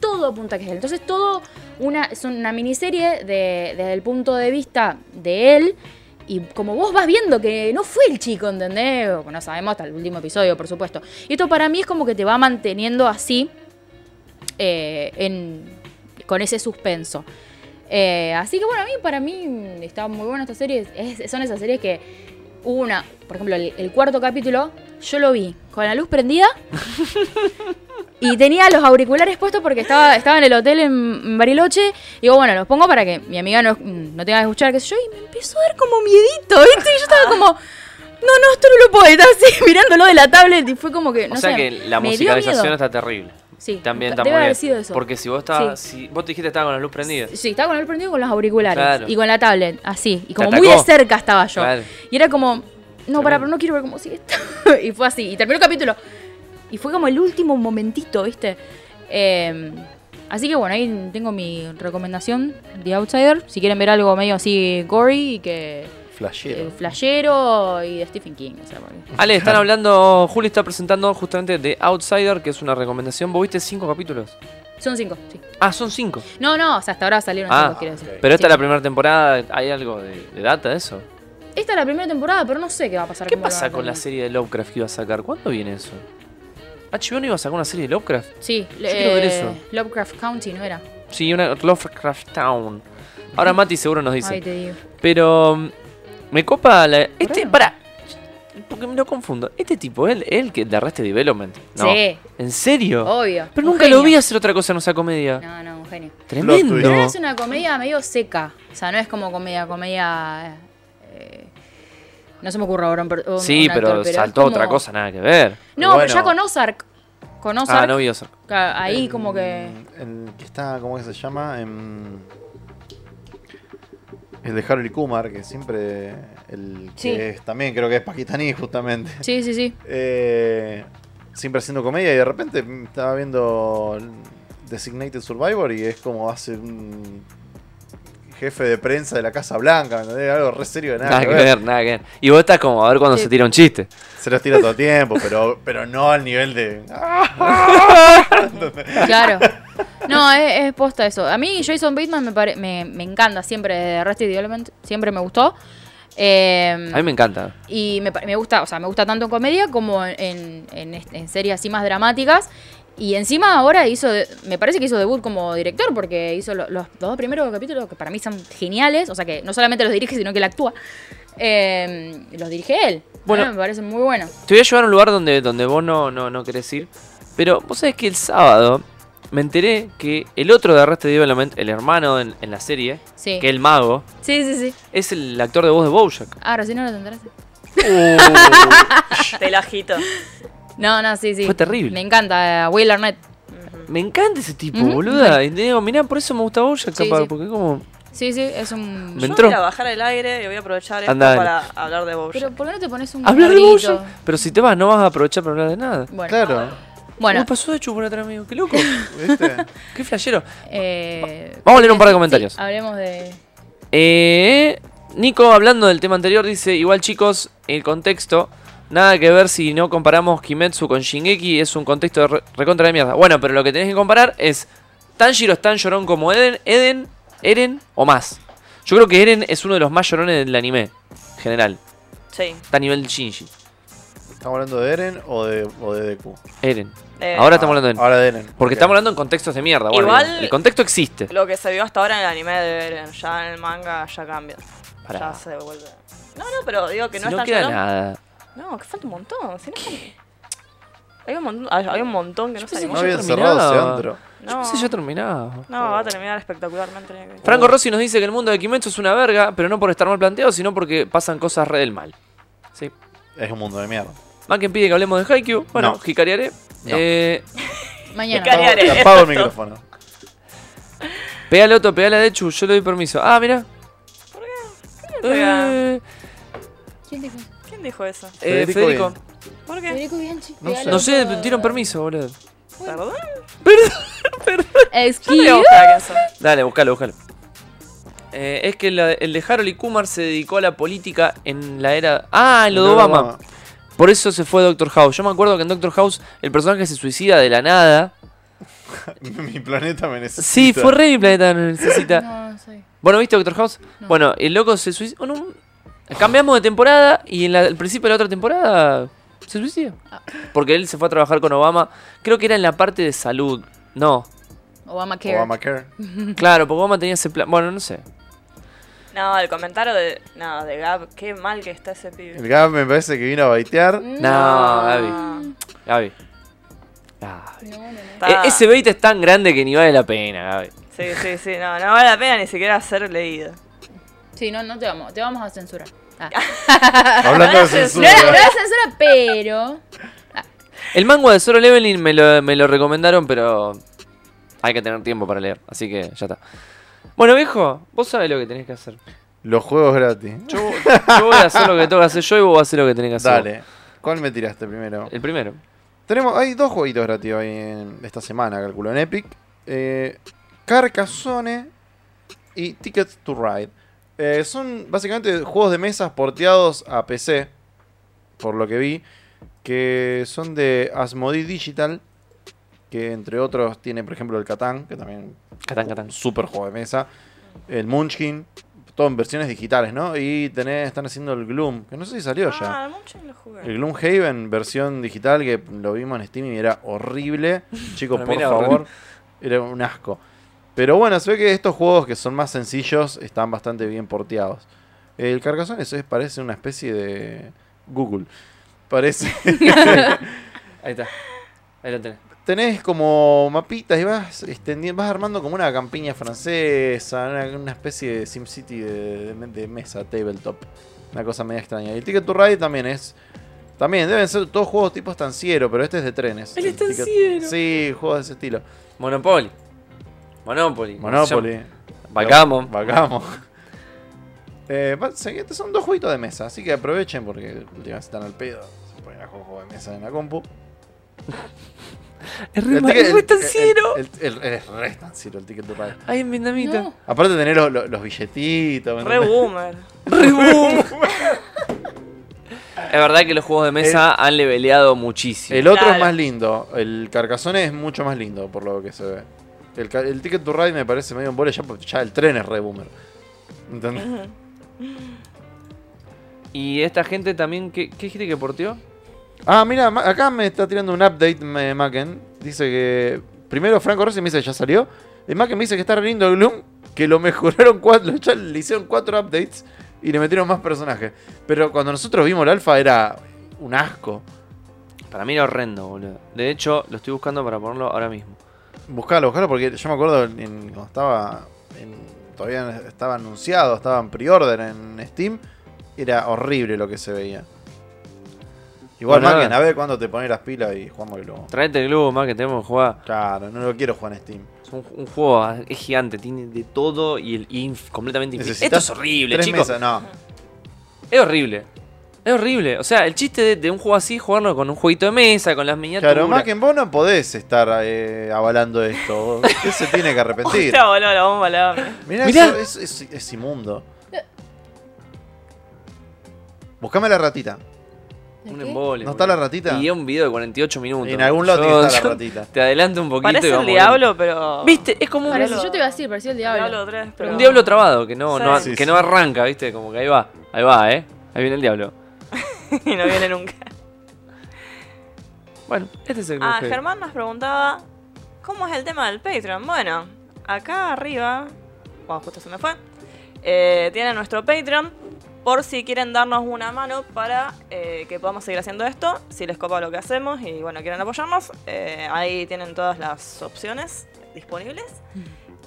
C: Todo apunta que es él. Entonces, todo una, es una miniserie de- desde el punto de vista de él. Y como vos vas viendo que no fue el chico, ¿entendés? O, No sabemos hasta el último episodio, por supuesto. Y esto para mí es como que te va manteniendo así eh, en- con ese suspenso. Eh, así que bueno, a mí para mí está muy buena esta serie. Es- son esas series que hubo una, por ejemplo, el, el cuarto capítulo, yo lo vi con la luz prendida y tenía los auriculares puestos porque estaba, estaba en el hotel en Bariloche. Y digo, bueno, los pongo para que mi amiga no, no tenga que escuchar, qué sé yo, y me empezó a dar como miedito, ¿viste? Y yo estaba como. No, no, esto no lo puedo [laughs] estar así mirándolo de la tablet y fue como que. No
A: o sea
C: sé,
A: que la
C: me dio
A: musicalización
C: miedo.
A: está terrible.
C: Sí,
A: También está muy
C: debe haber
A: bien.
C: sido eso.
A: Porque si vos estabas, si vos te dijiste que estaba con la luz prendida.
C: Sí, estaba con el prendido y con los auriculares.
A: Claro.
C: Y con la tablet, así. Y como
A: Te
C: muy de
A: atacó.
C: cerca estaba yo.
A: Claro.
C: Y era como, no, para,
A: Tremendo.
C: pero no quiero ver cómo sigue esto. [laughs] y fue así. Y terminó el capítulo. Y fue como el último momentito, ¿viste? Eh, así que bueno, ahí tengo mi recomendación de Outsider. Si quieren ver algo medio así gory y que.
B: Flashero.
C: El flashero y de Stephen King. O sea, porque-
A: Ale, están hablando, Juli está presentando justamente de Outsider, que es una recomendación. ¿Vos viste cinco capítulos?
C: Son cinco, sí.
A: Ah, son cinco.
C: No, no, o sea, hasta ahora salieron
A: Ah,
C: cinco, quiero decir.
B: ok.
A: Pero esta
C: Sí.
A: es la primera temporada, ¿hay algo de, de data de eso?
C: Esta es la primera temporada, pero no sé qué va a pasar.
A: ¿Qué
C: cómo lo van
A: pasa
C: a
A: con la
C: terminar.
A: serie de Lovecraft que iba a sacar? ¿Cuándo viene eso? ¿HBO no iba a sacar una serie de Lovecraft?
C: Sí,
A: quiero ver
C: eh,
A: eso.
C: Lovecraft County, ¿no era?
A: Sí, una Lovecraft Town. Ahora Mati seguro nos dice.
C: Ay, te digo.
A: Pero mm, me copa la. Este,
C: Raro.
A: para. Porque me lo confundo. Este tipo, él, él que de Arrested Development. No.
C: Sí.
A: ¿En serio?
C: Obvio.
A: Pero
C: un
A: nunca lo
C: genio.
A: vi hacer otra cosa en esa comedia.
C: No, no, un genio.
A: Tremendo.
B: twist.
C: Pero es una comedia medio seca. O sea, no es como comedia, comedia. eh, no se me ocurre ahora un, per- un-
A: Sí,
C: un actor,
A: pero
C: es
A: saltó
C: como-
A: otra cosa, nada que ver.
C: No,
B: Bueno.
C: pero ya con Ozark. Con Ozark.
A: Ah, no vi Eh, mm. eso.
C: ca- Ahí como que.
B: El que está, ¿cómo que se llama? Em, el de Harold Kumar, que siempre. El que
C: Sí.
B: es- también creo que es pakistaní, justamente.
C: Sí, sí, sí.
B: Eh, siempre haciendo comedia y de repente mm, estaba viendo Designated Survivor y es como hace un jefe de prensa de la Casa Blanca, ¿me entendés? Algo re serio de nada.
A: Nada, que ver, nada que ver. Y vos estás como a ver cuando
C: Sí.
A: se tira un chiste.
B: Se los tira todo el tiempo, pero, pero no al nivel de. ah,
C: Claro.
A: [laughs]
C: No, es, es posta eso. A mí Jason Bateman me, pare- me, me encanta siempre de Arrested Development. Siempre me gustó. Eh,
A: A mí me encanta.
C: Y me, pa- me gusta, o sea, me gusta tanto en comedia como en, en, est- en series así más dramáticas. Y encima ahora hizo, de- me parece que hizo debut como director porque hizo lo- los dos primeros capítulos que para mí son geniales. O sea, que no solamente los dirige, sino que él actúa. Eh, los dirige él.
A: Bueno.
C: Bueno, me parece muy bueno.
A: Te voy a llevar a un lugar donde, donde vos no, no, no querés ir. Pero vos sabés que el sábado me enteré que el otro de Arrested Development, el hermano en, en la serie,
C: Sí.
A: que el mago,
C: Sí, sí, sí.
A: es el actor de voz de
C: [laughs]
A: Bojack.
C: Ah, recién no lo enteraste. Uh.
D: Te la agito.
C: No, no, sí, sí.
A: Fue terrible.
C: Me encanta eh, Will Arnett.
A: Me encanta ese tipo,
C: Ujú,
A: boluda. Y digo, mirá, por eso me gusta Bojack,
C: Mm. Sí,
A: capaz,
C: sí.
A: porque como...
C: Sí, sí, es un...
A: Me
D: Yo
A: entró.
D: voy a bajar el aire y voy a aprovechar esto
A: Anda, dale.
D: para hablar de Bojack.
C: Pero ¿por qué no te pones un...
A: Hablar de
C: gorrito?
A: Bojack, pero si te vas no vas a aprovechar para hablar de nada.
C: Bueno,
B: claro,
C: bueno
A: Uy, pasó de chupar atrás mío, qué
C: [laughs]
A: loco.
B: ¿viste?
A: qué flashero.
C: eh,
A: Vamos a leer un par de
C: sí,
A: comentarios.
C: hablemos de...
A: Eh, Nico, hablando del tema anterior, dice: Igual, chicos, el contexto. Nada que ver si no comparamos Kimetsu con Shingeki, es un contexto de re- recontra de mierda. Bueno, pero lo que tenés que comparar es: ¿Tanjiro es tan llorón como Eden, Eden, Eren o más? Yo creo que Eren es uno de los más llorones del anime, en general.
D: Sí.
A: Está a nivel Shinji.
B: ¿Estamos hablando de Eren o de, o de Deku?
A: Eren.
D: Eh,
A: Ahora estamos hablando de Eren.
B: Ahora de Eren.
A: Porque
B: ok.
A: estamos hablando en contextos de mierda. Bueno,
D: Igual-
A: el contexto existe.
D: Lo que se vio hasta ahora en el anime de Eren, ya en el manga ya cambia.
A: Pará.
D: Ya se vuelve. No, no, pero digo que no
A: si
D: es
A: no
D: tan
A: queda
D: llorón.
A: nada.
D: No, que falta un montón. si no es tan- Hay un montón, hay, hay un montón que no
A: pensé
D: salimos.
B: No
A: que
B: había
A: ya
B: cerrado ese
A: terminaba.
B: antro.
A: Yo
D: No,
A: pensé ya terminado.
D: no, va a terminar espectacularmente. Tenía que-
A: Franco Rossi nos dice que el mundo de Kimetsu es una verga, pero no por estar mal planteado, sino porque pasan cosas re del mal. Sí.
B: Es un mundo de mierda.
A: Maken pide que hablemos de Haikyuu. Bueno,
B: No.
A: Hikariare.
B: No.
A: Eh,
C: Mañana.
D: Cari- Cariare,
B: Apago-
D: esto
B: Apago el
D: es todo.
B: micrófono.
A: pegale otro, pegale a Dechu, yo le doy permiso. Ah, mira. Eh.
D: Oiga,
C: ¿Quién dijo?
D: ¿Quién dijo eso?
B: Federico
A: Federico.
D: ¿Por qué?
C: Federico Bianchi.
B: No sé.
A: No sé, dieron permiso, boludo.
D: ¿Perdón? Yo le voy a
C: Excuse.
D: buscar a quién son.
A: Dale, buscalo, buscalo. Eh, es que la- el de Harold y Kumar se dedicó a la política en la era. Ah, en lo de Obama. Por eso se fue Doctor House. Yo me acuerdo que en Doctor House el personaje se suicida de la nada.
B: [laughs] Mi planeta me necesita.
A: Sí, fue re mi planeta no necesita.
C: No, no sé.
A: Bueno, ¿viste Doctor House?
C: No.
A: Bueno, el loco se suicida. Cambiamos de temporada y en la- el principio de la otra temporada se suicida. Porque él se fue a trabajar con Obama. Creo que era en la parte de salud. No,
C: Obamacare.
B: Obamacare.
A: claro, porque Obama tenía ese plan. Bueno, no sé.
D: No, el comentario de. No, de Gab, qué mal que está ese pibe.
B: El Gab me parece que vino a
C: [laughs]
B: baitear.
C: Mm.
A: No, Gaby.
D: Ah,
A: Gaby. Gaby.
C: No, no, no.
D: está-
A: E- ese bait es tan grande que ni vale la pena, Gaby.
D: Sí, sí, sí, no, no vale la pena ni siquiera ser leído.
C: Sí, no, no te vamos. Te vamos a censurar. Ah.
B: Hablando de
C: No era, no
B: censura.
C: era censura, pero.
A: El manga de Solo Leveling me lo, me lo recomendaron, pero hay que tener tiempo para leer, así que ya está. Bueno, viejo, vos sabés lo que tenés que hacer.
B: Los juegos gratis. [laughs]
A: Yo, yo voy a hacer lo que tengo que hacer yo y vos vas a hacer lo que tenés que hacer. vos.
B: Dale. ¿Cuál me tiraste primero?
A: El primero.
B: Tenemos, hay dos jueguitos gratis hoy en- esta semana, calculo, en Epic. Eh, Carcassonne y Ticket to Ride. Eh, son básicamente juegos de mesas porteados a PC, por lo que vi, que son de Asmodee Digital, que entre otros tiene, por ejemplo, el Catán, que también
A: Catán, Catán.
B: super juego de mesa. El Munchkin, todo en versiones digitales, ¿no? Y tenés, están haciendo el Gloom, que no sé si salió ya.
D: Ah, mucho lo jugué.
B: El Gloomhaven, versión digital, que lo vimos en Steam y era horrible. Chicos,
A: Para mí
B: por
A: era
B: favor.
A: horrible.
B: Era un asco. Pero bueno, se ve que estos juegos que son más sencillos están bastante bien porteados. El Carcassonne eso es, parece una especie de Google. Parece.
A: Ahí está. Ahí lo tenés.
B: Tenés como mapitas y vas extendiendo, vas armando como una campiña francesa, una, una especie de SimCity de, de- de mesa, tabletop. Una cosa media extraña. Y el Ticket to Ride también es. También deben ser todos juegos tipo estanciero, pero este es de trenes.
A: El
B: Ticket-
A: estanciero.
B: Sí, juegos de ese estilo.
A: Monopoly. Monopoly.
B: Monopoly.
A: Bacamo.
B: Vacamos. [laughs] Eh, va- se- estos son dos jueguitos de mesa, así que aprovechen porque últimas están al pedo. Se ponen a jugar juegos de mesa en la compu.
A: Es re,
B: El ticket- el-
A: estanciero.
B: El, el, el- es re estanciero el Ticket to Ride.
A: Ahí en vietnamita.
C: No.
B: Aparte de tener los, los- los billetitos. ¿me
D: Re
B: entendés?
D: boomer.
A: Reboom. [laughs] es verdad que los juegos de mesa han leveleado muchísimo.
B: el otro es
D: Claro.
B: más lindo. El Carcassonne es mucho más lindo, por lo que se ve. El, ca- el Ticket to Ride me parece medio un bole ya, porque ya el tren es re boomer. ¿Entendés?
A: Y esta gente también, ¿qué, qué dijiste que porteó?
B: Ah, mira, ma- acá me está tirando un update me- Macken. Dice que. Primero Franco Rossi me dice ya salió. Y Macken me dice que está re lindo el Gloom. Que lo mejoraron cuatro. Ya le hicieron cuatro updates. Y le metieron más personajes. Pero cuando nosotros vimos el alfa era un asco.
A: Para mí era horrendo, boludo. De hecho, lo estoy buscando para ponerlo ahora mismo.
B: Buscalo, buscalo, porque yo me acuerdo en- en- cuando estaba. en- todavía estaba anunciado, estaba en pre-order en Steam. Era horrible lo que se veía. Igual,
A: Bueno,
B: Macken,
A: a
B: a ver cuándo te pones las pilas y jugamos el globo.
A: Traete el globo más que tenemos que jugar.
B: Claro, no lo quiero jugar en Steam.
A: Es un, un juego, ah, es gigante, tiene de todo y el y inf- completamente infinito.
B: Necesitas
A: Esto es horrible,
B: Tres
A: chicos.
B: mesas, no.
A: Es horrible. Es horrible. O sea, el chiste de, de un juego así, jugarlo con un jueguito de mesa, con las miniaturas.
B: Claro, más que vos no podés estar eh, avalando esto. Usted se tiene que arrepentir.
D: [laughs] Hostia, boludo, la bomba, la bomba.
B: Mirá,
A: Mirá.
B: eso Es, es- es inmundo. Buscame la ratita.
A: Un
C: ¿Qué?
A: embole,
B: ¿No está la
A: boludo.
B: ratita?
A: Y es un video de 48 minutos.
B: En algún lado tiene que estar
A: [laughs]
B: la
A: Yo-
B: ratita.
A: Te adelanto un poquito y
D: Parece el
A: vamos
D: diablo, pero.
A: viendo. ¿Viste? Es como un,
D: Parece-
C: Parece, yo te iba a decir, parecía el diablo.
D: Diablo 3, pero.
A: un diablo trabado que no, no,
D: Sí.
B: Sí,
A: que
B: sí.
A: no arranca, ¿viste? Como que ahí va. Ahí va, ¿eh? Ahí viene el diablo.
D: [laughs] y no viene nunca.
A: Bueno, este es el
D: Ah,
A: Cuphead.
D: Germán nos preguntaba cómo es el tema del Patreon. Bueno, acá arriba, bueno, justo se me fue, eh, tiene nuestro Patreon por si quieren darnos una mano para eh, que podamos seguir haciendo esto, si les copa lo que hacemos y bueno, quieren apoyarnos, eh, ahí tienen todas las opciones disponibles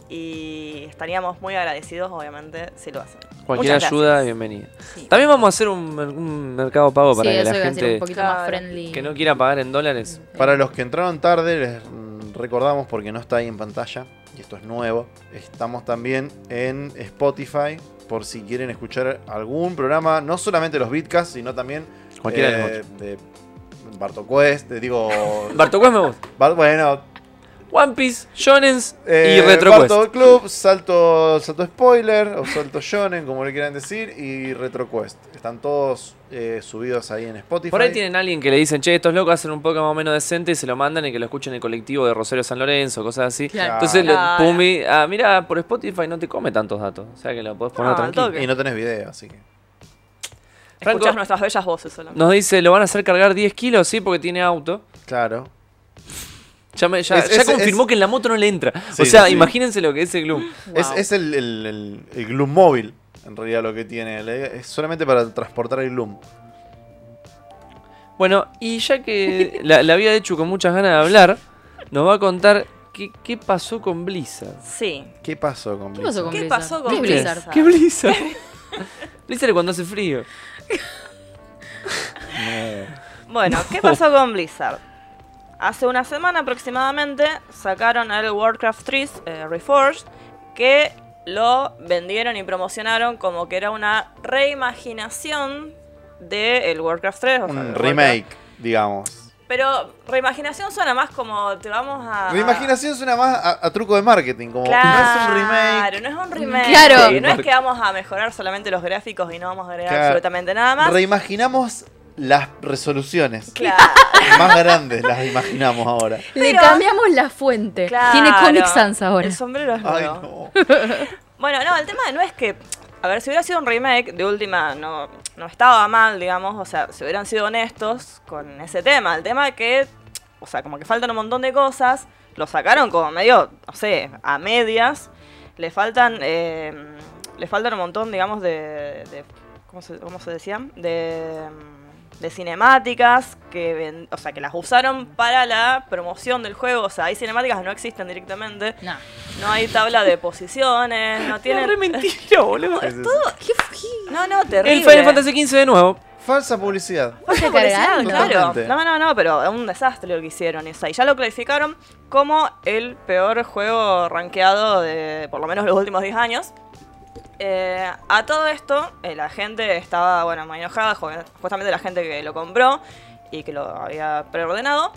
D: y estaríamos muy agradecidos obviamente si lo hacen.
A: Cualquier
D: Muchas
A: ayuda,
D: gracias.
A: bienvenida.
C: Sí.
A: También vamos a hacer un, mer- un mercado pago para
C: sí,
A: que
C: eso
A: la
C: iba a decir, un
A: gente
C: poquito
D: Claro.
C: más friendly.
A: que no quiera pagar en dólares.
B: Para los que entraron tarde, les mm, recordamos porque no está ahí en pantalla, y esto es nuevo, estamos también en Spotify por si quieren escuchar algún programa, no solamente los Bitcasts, sino también
A: Cualquiera de
B: eh,
A: los otros.
B: de Barto Quest,
A: [laughs]
B: de- digo...
A: Bartocuest me gusta.
B: Bar- bueno,
A: One Piece, Shonens
B: eh,
A: y RetroQuest.
B: Barto Club, Salto, Salto Spoiler o Salto Shonen, como le quieran decir, y RetroQuest. Están todos eh, subidos ahí en Spotify.
A: Por ahí tienen a alguien que le dicen, che, estos locos hacen un poco más o menos decente y se lo mandan y que lo escuchen en el colectivo de Rosario San Lorenzo, cosas así.
C: Claro.
A: Entonces, le-
D: Claro.
A: Pumi, ah, mira, por Spotify no te come tantos datos. O sea que lo podés poner
B: Ah.
D: No, al
A: tranquilo.
D: toque.
B: Y no tenés video, así que...
A: Franco-
D: Escuchás nuestras bellas voces solamente.
A: Nos dice, ¿lo van a hacer cargar 10 kilos? Sí, porque tiene auto.
B: Claro.
A: Ya, me- ya,
B: Es-
A: ya
B: es-
A: confirmó
B: es-
A: que en la moto no le entra.
B: Sí,
A: o sea,
B: sí.
A: imagínense lo que es el club.
B: Es,
D: Wow.
B: es el, el, el, el Gloom móvil, en realidad, lo que tiene. Le- Es solamente para transportar el Gloom.
A: Bueno, y ya que [laughs] la, la había hecho con muchas ganas de hablar, nos va a contar qué, qué pasó con Blizzard.
D: Sí.
B: ¿Qué pasó con
C: ¿Qué pasó con
D: ¿Qué
C: Blizzard?
D: pasó con
C: ¿Qué es
D: Blizzard?
C: Blizzard?
A: ¿Qué Blizzard? [laughs] Blizzard es cuando hace frío.
D: Bueno,
B: [laughs]
D: ¿qué pasó con Blizzard? Hace una semana aproximadamente sacaron el Warcraft 3 eh, Reforged que lo vendieron y promocionaron como que era una reimaginación del Warcraft 3. o sea,
B: Un
D: del
B: remake,
D: Warcraft.
B: digamos.
D: Pero reimaginación suena más como te vamos a...
B: Reimaginación suena más a, a truco de marketing, como
D: Claro,
B: no es un remake.
D: no es un remake.
C: Claro.
D: No es que vamos a mejorar solamente los gráficos y no vamos a agregar
B: Claro.
D: absolutamente nada más.
B: Reimaginamos las resoluciones.
D: claro.
B: Más grandes las imaginamos ahora.
C: Le
D: Pero-
C: cambiamos la fuente. Tiene Comic
D: claro.
C: Sans ahora.
D: El sombrero es
B: Ay,
D: nuevo. [laughs]
B: no.
D: Bueno, no, el tema no es que. A ver, si hubiera sido un remake, de última no, no estaba mal, digamos. O sea, si hubieran sido honestos con ese tema. El tema que. O sea, como que faltan un montón de cosas. Lo sacaron como medio, no sé, a medias. Le faltan. eh, le faltan un montón, digamos, de. de- ¿cómo, se, ¿Cómo se decían? De. mm, de cinemáticas que ven- o sea que las usaron para la promoción del juego o sea hay cinemáticas que no existen directamente
C: No.
D: no hay tabla de posiciones, no tiene.
A: mentira, boludo.
B: Es- es-
C: ¿Qué fue?
D: No, no, terrible. eh.
A: El Final Fantasy XV de nuevo.
B: Falsa publicidad.
D: Falta de
C: Está
D: publicidad,
C: cargando.
D: claro.
B: Totalmente.
D: No, no, no, pero es un desastre lo que hicieron. eso. Y ya lo clasificaron como el peor juego rankeado de por lo menos los últimos 10 años. Eh, a todo esto, eh, la gente estaba, bueno, muy enojada, jo- justamente la gente que lo compró y que lo había preordenado.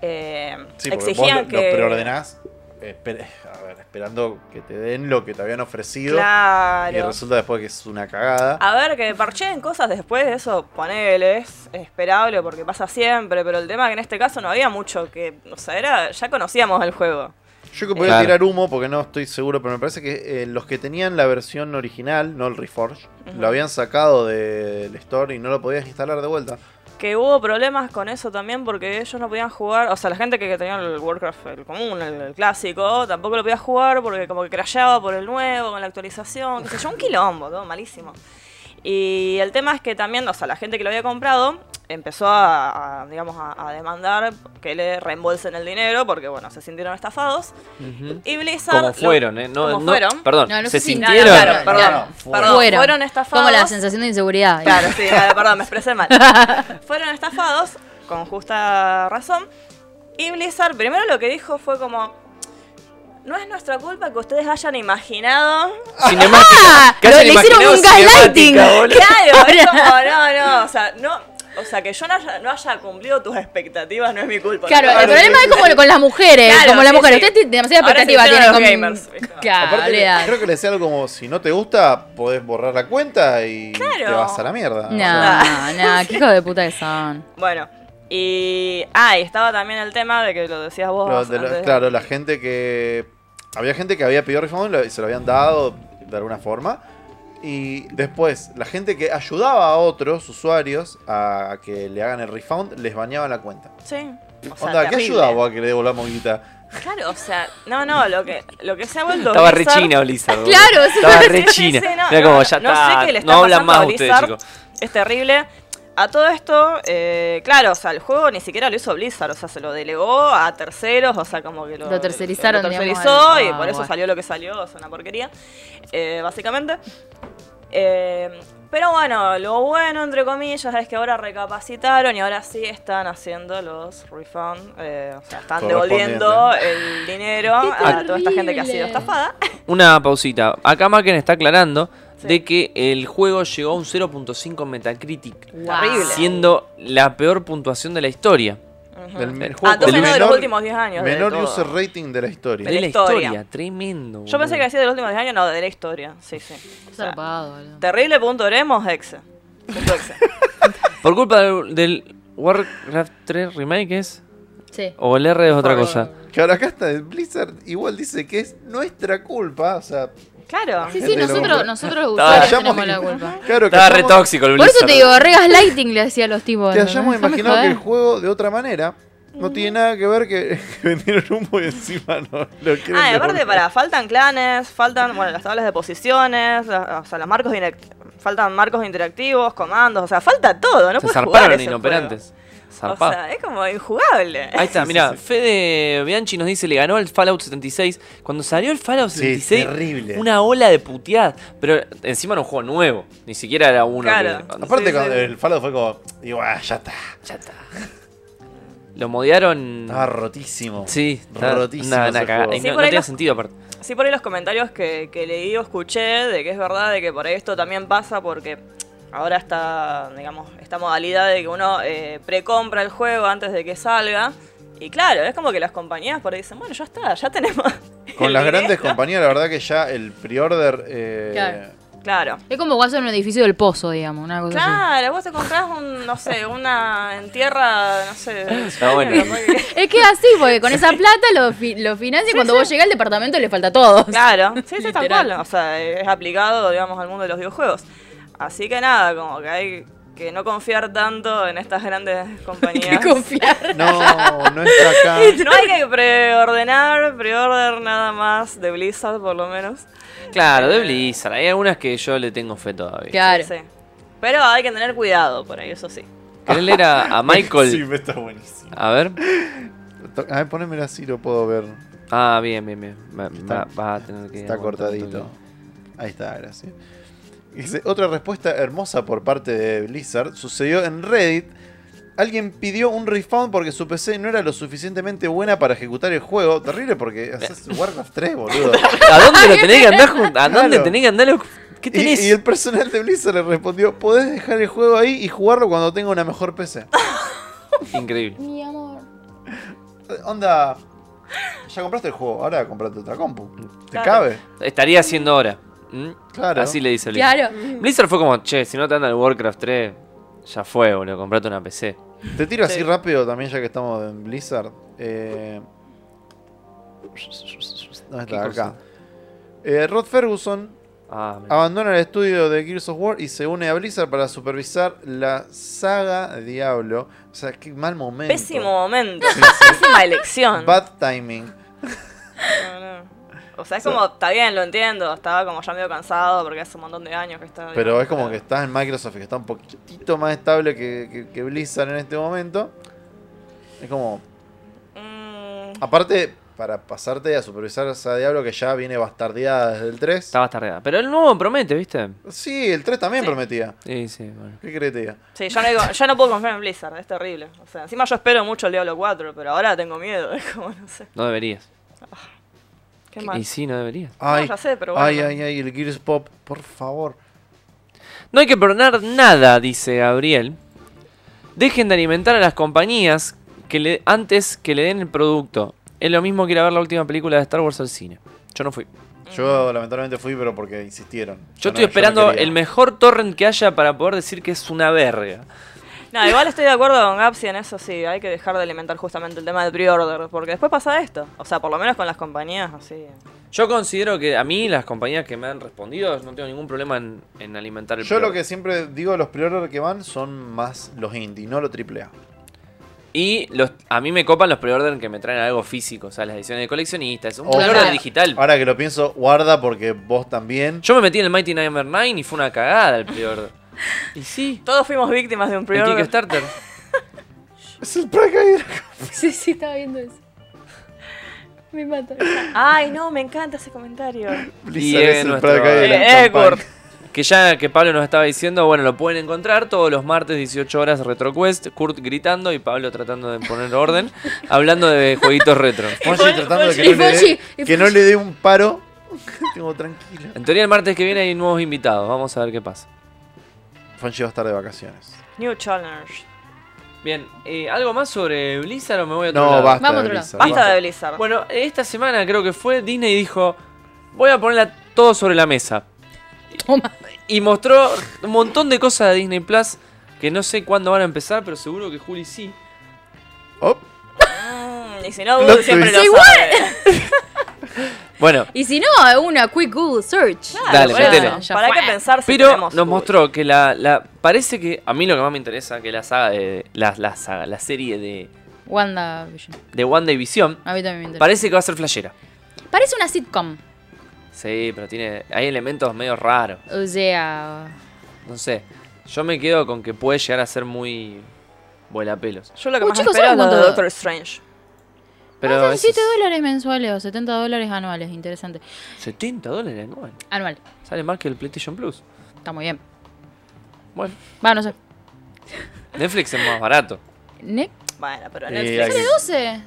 D: Eh,
B: Sí, porque vos
D: exigían
B: lo,
D: que.
B: lo preordenás esper- a ver, esperando que te den lo que te habían ofrecido. Y
D: Claro.
B: resulta después que es una cagada.
D: A ver, que parcheen cosas después, eso ponele, es esperable porque pasa siempre, pero el tema es que en este caso no había mucho que, o sea, era, ya conocíamos el juego.
B: Yo que podía
A: Claro.
B: tirar humo porque no estoy seguro, pero me parece que eh, los que tenían la versión original, no el Reforge,
D: Ujú.
B: lo habían sacado del store y no lo podías instalar de vuelta.
D: Que hubo problemas con eso también porque ellos no podían jugar, o sea, la gente que, que tenía el Warcraft el común, el, el clásico, tampoco lo podía jugar porque como que crasheaba por el nuevo, con la actualización, qué sé yo, un quilombo, todo malísimo. Y el tema es que también, o sea, la gente que lo había comprado empezó a, a, digamos, a, a demandar que le reembolsen el dinero porque, bueno, se sintieron estafados. Y Blizzard...
A: Como
D: lo-
A: fueron, ¿eh? No,
D: como
A: no-
D: fueron.
A: Perdón,
C: No, no
A: se
C: sé si- no, no,
A: sintieron.
D: claro,
C: Claro,
D: perdón,
B: claro.
D: perdón,
C: Fueron.
D: fueron. estafados.
C: Como la sensación de inseguridad.
D: Claro,
C: [laughs]
D: sí, eh, perdón, me expresé mal. Fueron estafados, con justa razón. Y Blizzard, primero lo que dijo fue como. No es nuestra culpa que ustedes hayan imaginado.
A: Cinemática.
D: [laughs]
C: Ah,
A: ¿Qué hacen
C: lo- le hicieron
A: imaginado
C: un gaslighting.
A: cinemática,
C: [laughs]
A: boludo?
D: Claro, es como, no, no, o sea, no. O sea, que yo no haya, no haya cumplido tus expectativas no es mi culpa.
C: Claro,
D: No,
C: el problema es como con las mujeres,
D: Claro,
C: como las
D: sí,
C: mujeres.
D: sí.
C: Ustedes tienen demasiada
D: Ahora se
C: expectativa tienen con...
D: hicieron los gamers, ¿viste?
C: Claro,
B: Aparte, le-
C: Ah, olvidate.
B: creo que le decía algo como, si no te gusta, podés borrar la cuenta y te
D: Claro.
B: vas a la
C: Ah,
B: mierda. O sea,
C: No, no, qué hijos de puta que son.
D: Bueno, y. Ah, y estaba también el tema de que lo decías vos.
B: Pero de la-
D: antes.
B: claro, la gente que. Había gente que había pedido refund y lo- y se lo habían dado de alguna forma. Y después, la gente que ayudaba a otros usuarios a, a que le hagan el refund, les bañaba la cuenta.
D: Sí. O sea,
B: Onda, ¿qué
D: terrible.
B: ayudaba a que le devolvamos guita?
D: Claro, o sea, no, no, lo que, lo que se ha vuelto.
A: Estaba re
D: Blizzard-
A: china Blizzard. boludo.
C: Claro, sí.
A: Estaba re
D: Sí, sí,
A: china.
D: sí, no,
A: Mira
D: no,
A: como ya
D: no
A: está.
D: sé qué le está
A: no hablan
D: pasando
A: más
D: a
A: ustedes,
D: Blizzard.
A: chicos.
D: Es terrible. A todo esto, eh, claro, o sea, el juego ni siquiera lo hizo Blizzard, o sea, se lo delegó a terceros, o sea, como que lo,
C: Lo tercerizaron,
D: lo
C: digamos,
D: tercerizó
C: al-
D: y
C: ah,
D: por eso
C: bueno.
D: salió lo que salió, es una porquería, eh, básicamente. Eh, pero bueno, lo bueno, entre comillas, es que ahora recapacitaron y ahora sí están haciendo los refund, eh, o sea, están devolviendo el dinero a toda esta gente que ha sido
C: terrible.
D: estafada.
A: Una pausita. Acá Marken está aclarando
D: Sí.
A: de que el juego llegó a un 0.5 en Metacritic.
C: Wow.
D: Terrible.
A: Siendo la peor puntuación de la historia.
D: Ujú.
B: Del el
D: Ah, entonces
B: con
D: no de los últimos 10 años, de
B: Menor
D: todo.
B: user rating de la historia.
A: De,
D: De la
A: la historia.
D: historia.
A: Tremendo.
D: Yo pensé que
A: boludo.
D: decía de los últimos 10 años, no, de la historia. Sí, sí. O sea,
C: Zarpado, boludo.
D: terrible punto oremos, exe. Punto exe.
A: Por culpa del, del Warcraft 3 Remake es.
C: Sí.
A: O el R es otra
C: Por-
A: cosa.
B: Que ahora acá está, Blizzard igual dice que es nuestra culpa. O sea,
D: [laughs] Claro.
C: Sí, sí,
B: Gente
C: nosotros,
B: loca.
C: nosotros los
A: Estaba-
C: usuarios
B: hayamos-
C: tenemos la culpa.
B: Claro, que
A: Estaba re
B: hayamos-
A: tóxico el
C: Por eso
A: Blizzard.
C: te digo, regas lighting le hacía a los tipos.
B: que
C: ¿entendés?
B: hayamos
C: Déjame
B: imaginado que
C: joder.
B: el juego de otra manera no tiene nada que ver que [laughs] vendieron humo y encima no lo quieren
D: Ah, y aparte,
B: devolver.
D: para, faltan clanes, faltan, bueno, las tablas de posiciones, la- o sea, los marcos direct- faltan marcos interactivos, comandos, o sea, falta todo, no
A: Se
D: puedes jugar
A: zarparon
D: ese
A: inoperantes.
D: juego.
A: Zarpado.
D: O sea, es como injugable.
A: Ahí está,
B: Sí,
A: mira,
B: sí, sí.
A: Fede Bianchi nos dice, le ganó al Fallout 76. Cuando salió el Fallout
B: Sí,
A: 76,
B: terrible.
A: una ola de puteadas. Pero encima era un juego nuevo, ni siquiera era uno.
D: Claro.
A: que-
B: Aparte,
D: Sí,
B: cuando
D: sí.
B: el Fallout fue como. Digo, ah, ya está.
A: Ya está. Lo modearon...
B: Estaba rotísimo.
A: Mm. sí, está-
B: rotísimo.
A: una- una
B: ese
A: cagada.
B: juego.
A: Y
D: Sí,
A: no,
D: por
A: no
D: ahí
A: tiene
D: los-
A: sentido aparte.
D: Sí, por ahí los comentarios que, que leí o escuché de que es verdad de que por ahí esto también pasa porque ahora está, digamos, esta modalidad de que uno eh, precompra el juego antes de que salga. Y claro, es como que las compañías por ahí dicen, bueno, ya está, ya tenemos.
B: [laughs] Con
D: el [laughs]
B: las
D: dinero".
B: grandes compañías, la verdad que ya el pre-order. eh,
C: Claro.
D: Claro.
C: Es como Watson en un edificio del pozo, digamos, una cosa
D: Claro, vos te comprás un, no sé, una en tierra, no sé.
A: Está
D: [laughs]
A: bueno.
C: así. Es que es así, porque con esa plata lo, fi- lo financia y cuando vos llegás al departamento le falta todo.
D: Claro, [laughs] sí, sí, tal
C: Literal.
D: cual. O sea, es aplicado, digamos, al mundo de los videojuegos. Así que nada, como que hay que no confiar tanto en estas
C: [laughs]
D: grandes [laughs]
C: Hay
D: compañías.
C: que confiar.
B: No, no está acá.
D: No hay que preordenar, preorder nada más de Blizzard por lo menos.
A: Claro, de Blizzard. Hay algunas que yo le tengo fe todavía.
C: Claro.
D: Sí. Pero hay que tener cuidado por ahí, eso sí.
A: ¿Querés leer
B: [laughs]
A: a, a Michael?
B: Sí, está buenísimo.
A: A ver.
B: To- A ver, ponémelo así, lo puedo ver.
A: Ah, bien, bien, bien. Va-
B: Está-
A: va- vas a tener que...
B: Está
A: aguantar un
B: cortadito.
A: toque.
B: Ahí está, gracias. Dice, otra respuesta hermosa por parte de Blizzard sucedió en Reddit. Alguien pidió un refund porque su PC no era lo suficientemente buena para ejecutar el juego. Terrible porque
A: [laughs]
B: haces Warcraft 3, boludo.
A: ¿A dónde lo tenés que andar? jun- ¿A dónde
B: Claro.
A: tenés que andar? lo- ¿Qué
B: Y,
A: tenés?
B: y el personal de Blizzard le respondió, podés dejar el juego ahí y jugarlo cuando tenga una
A: [laughs]
B: mejor Eh, PC.
A: Increíble.
C: Mi amor.
B: Onda, ya compraste el juego, ahora comprate otra compu. ¿Te
D: Claro.
B: cabe?
A: Estaría haciendo ahora. ¿Mm?
B: Claro.
A: Así le dice Blizzard.
C: Claro.
A: Blizzard fue como, che, si no te anda el Warcraft 3, ya fue, boludo, comprate una PC.
B: Te tiro así
D: Sí.
B: rápido también, ya que estamos en Blizzard. Eh... ¿Dónde
A: ¿Qué
B: está? Acá.
A: cosa?
B: Eh, Rod Ferguson
A: Ah, me-
B: abandona el estudio de Gears of War y se une a Blizzard para supervisar la saga de Diablo. O sea, qué mal momento.
D: Pésimo momento. Pésima elección.
B: Bad timing.
D: No, no. O sea, es como, está bien, lo entiendo. Estaba como ya medio cansado porque hace un montón de años que está.
B: Pero es como que estás en Microsoft y que está un poquitito más estable que, que- que Blizzard en este momento. Es como.
D: Mm,
B: Aparte, para pasarte a supervisar esa Diablo que ya viene bastardeada desde el 3.
A: estaba tardada. Pero el nuevo promete, ¿viste?
B: Sí, el 3 también prometía.
A: Sí, sí, bueno.
B: ¿Qué querés que te diga?
D: sí, yo no, digo- yo no puedo confiar en Blizzard, es terrible. O sea, [laughs] encima yo espero mucho el Diablo 4, pero ahora tengo miedo. Es como, no sé.
A: No deberías.
D: Qué Qué mal.
A: Y sí, no debería.
B: Ay,
D: ya sé, pero bueno.
B: ay, ay, ay, el Gears Pop, por favor.
A: No hay que perdonar nada, dice Gabriel. Dejen de alimentar a las compañías que le, antes que le den el producto. Es lo mismo que ir a ver la última película de Star Wars al cine. Yo no fui.
D: Mm.
B: Yo lamentablemente fui, pero porque insistieron.
A: Yo
B: no-
A: estoy
B: no
A: esperando
B: quería.
A: el mejor torrent que haya para poder decir que es una verga.
D: No, igual estoy de acuerdo con Gapsi en eso, sí. Hay que dejar de alimentar justamente el tema del pre-order, porque después pasa esto. O sea, por lo menos con las compañías, así.
A: Yo considero que a mí las compañías que me han respondido no tengo ningún problema en, en alimentar el
B: Yo lo
A: pre-order.
B: que siempre digo, los pre que van son más los indie, no los AAA.
A: Y los, a mí me copan los pre-order que me traen algo físico, o sea, las ediciones de coleccionistas. Es un
B: Ojo.
A: pre-order
C: Claro.
A: digital.
B: Ahora que lo pienso, guarda porque vos también.
A: Yo me metí en el Mighty Number 9 y fue una cagada el pre-order. y sí,
D: Todos fuimos víctimas de un
A: en
D: pre-order.
A: Kickstarter.
B: Es el Pride. [laughs]
C: Sí, sí, estaba viendo eso. Me mata.
D: Ay, no, me encanta ese comentario.
B: Blizzard
A: es
B: es el
A: nuestro-
B: Pride Guide de
D: Eh,
B: la
D: Egor.
B: campaña.
A: Que ya que Pablo nos estaba diciendo, bueno, lo pueden encontrar todos los martes 18 horas RetroQuest, Kurt gritando y Pablo tratando de poner orden, hablando de jueguitos retro.
B: Fonji tratando de que
C: Fonji,
B: no le dé-
C: Fonji, y
B: que no
C: Fonji.
B: le dé un paro. [laughs] Tengo tranquilo.
A: En teoría el martes que viene hay nuevos invitados, vamos a ver qué pasa.
B: Fonji va a estar de vacaciones.
D: New Challenge.
A: Bien, eh, ¿algo más sobre Blizzard o me voy a otro
B: No,
A: lado?
B: basta.
C: Vamos a
B: de
C: otro lado.
B: Blizzard,
D: Basta de Blizzard.
A: Bueno, esta semana creo que fue, Disney dijo, voy a ponerla todo sobre la mesa.
C: Toma.
A: Y mostró un montón de cosas de Disney Plus que no sé cuándo van a empezar, pero seguro que Juli sí.
B: Oh,
D: Mm, y si no,
B: Plot
D: Google siempre lo
B: twist.
D: sabe.
A: Bueno,
C: Y si no, una quick Google search.
A: Dale,
D: Claro,
A: métele.
D: bueno,
C: Ya
D: ¿Para
C: fue.
D: qué pensar si
A: Pero
D: tenemos
A: nos
D: Google?
A: mostró que la, la- Parece que. A mí lo que más me interesa que la saga de. La, la saga, la serie de.
C: Wanda Vision.
A: De WandaVision.
C: A mí también me interesa.
A: Parece que va a ser flashera.
C: Parece una sitcom.
A: Sí, pero tiene. Hay elementos medio raros.
C: O sea.
A: No sé. Yo me quedo con que puede llegar a ser muy. Vuelapelos.
D: Yo lo que
C: Uh,
D: más
C: chicos,
D: espero es
C: ¿saben
D: lo de
C: cuánto-
D: Doctor Strange.
A: Pero.
C: Ah, son
A: eso
C: 7
A: es-
C: dólares mensuales o 70 dólares anuales. Interesante.
A: 70 dólares anual.
C: Anual.
A: Sale más que el PlayStation Plus.
C: Está muy bien.
A: Bueno,
C: Va, no sé.
A: Netflix es más barato.
C: ¿Ne?
D: Bueno, pero
B: Eh,
D: Netflix.
B: hay-
C: 12.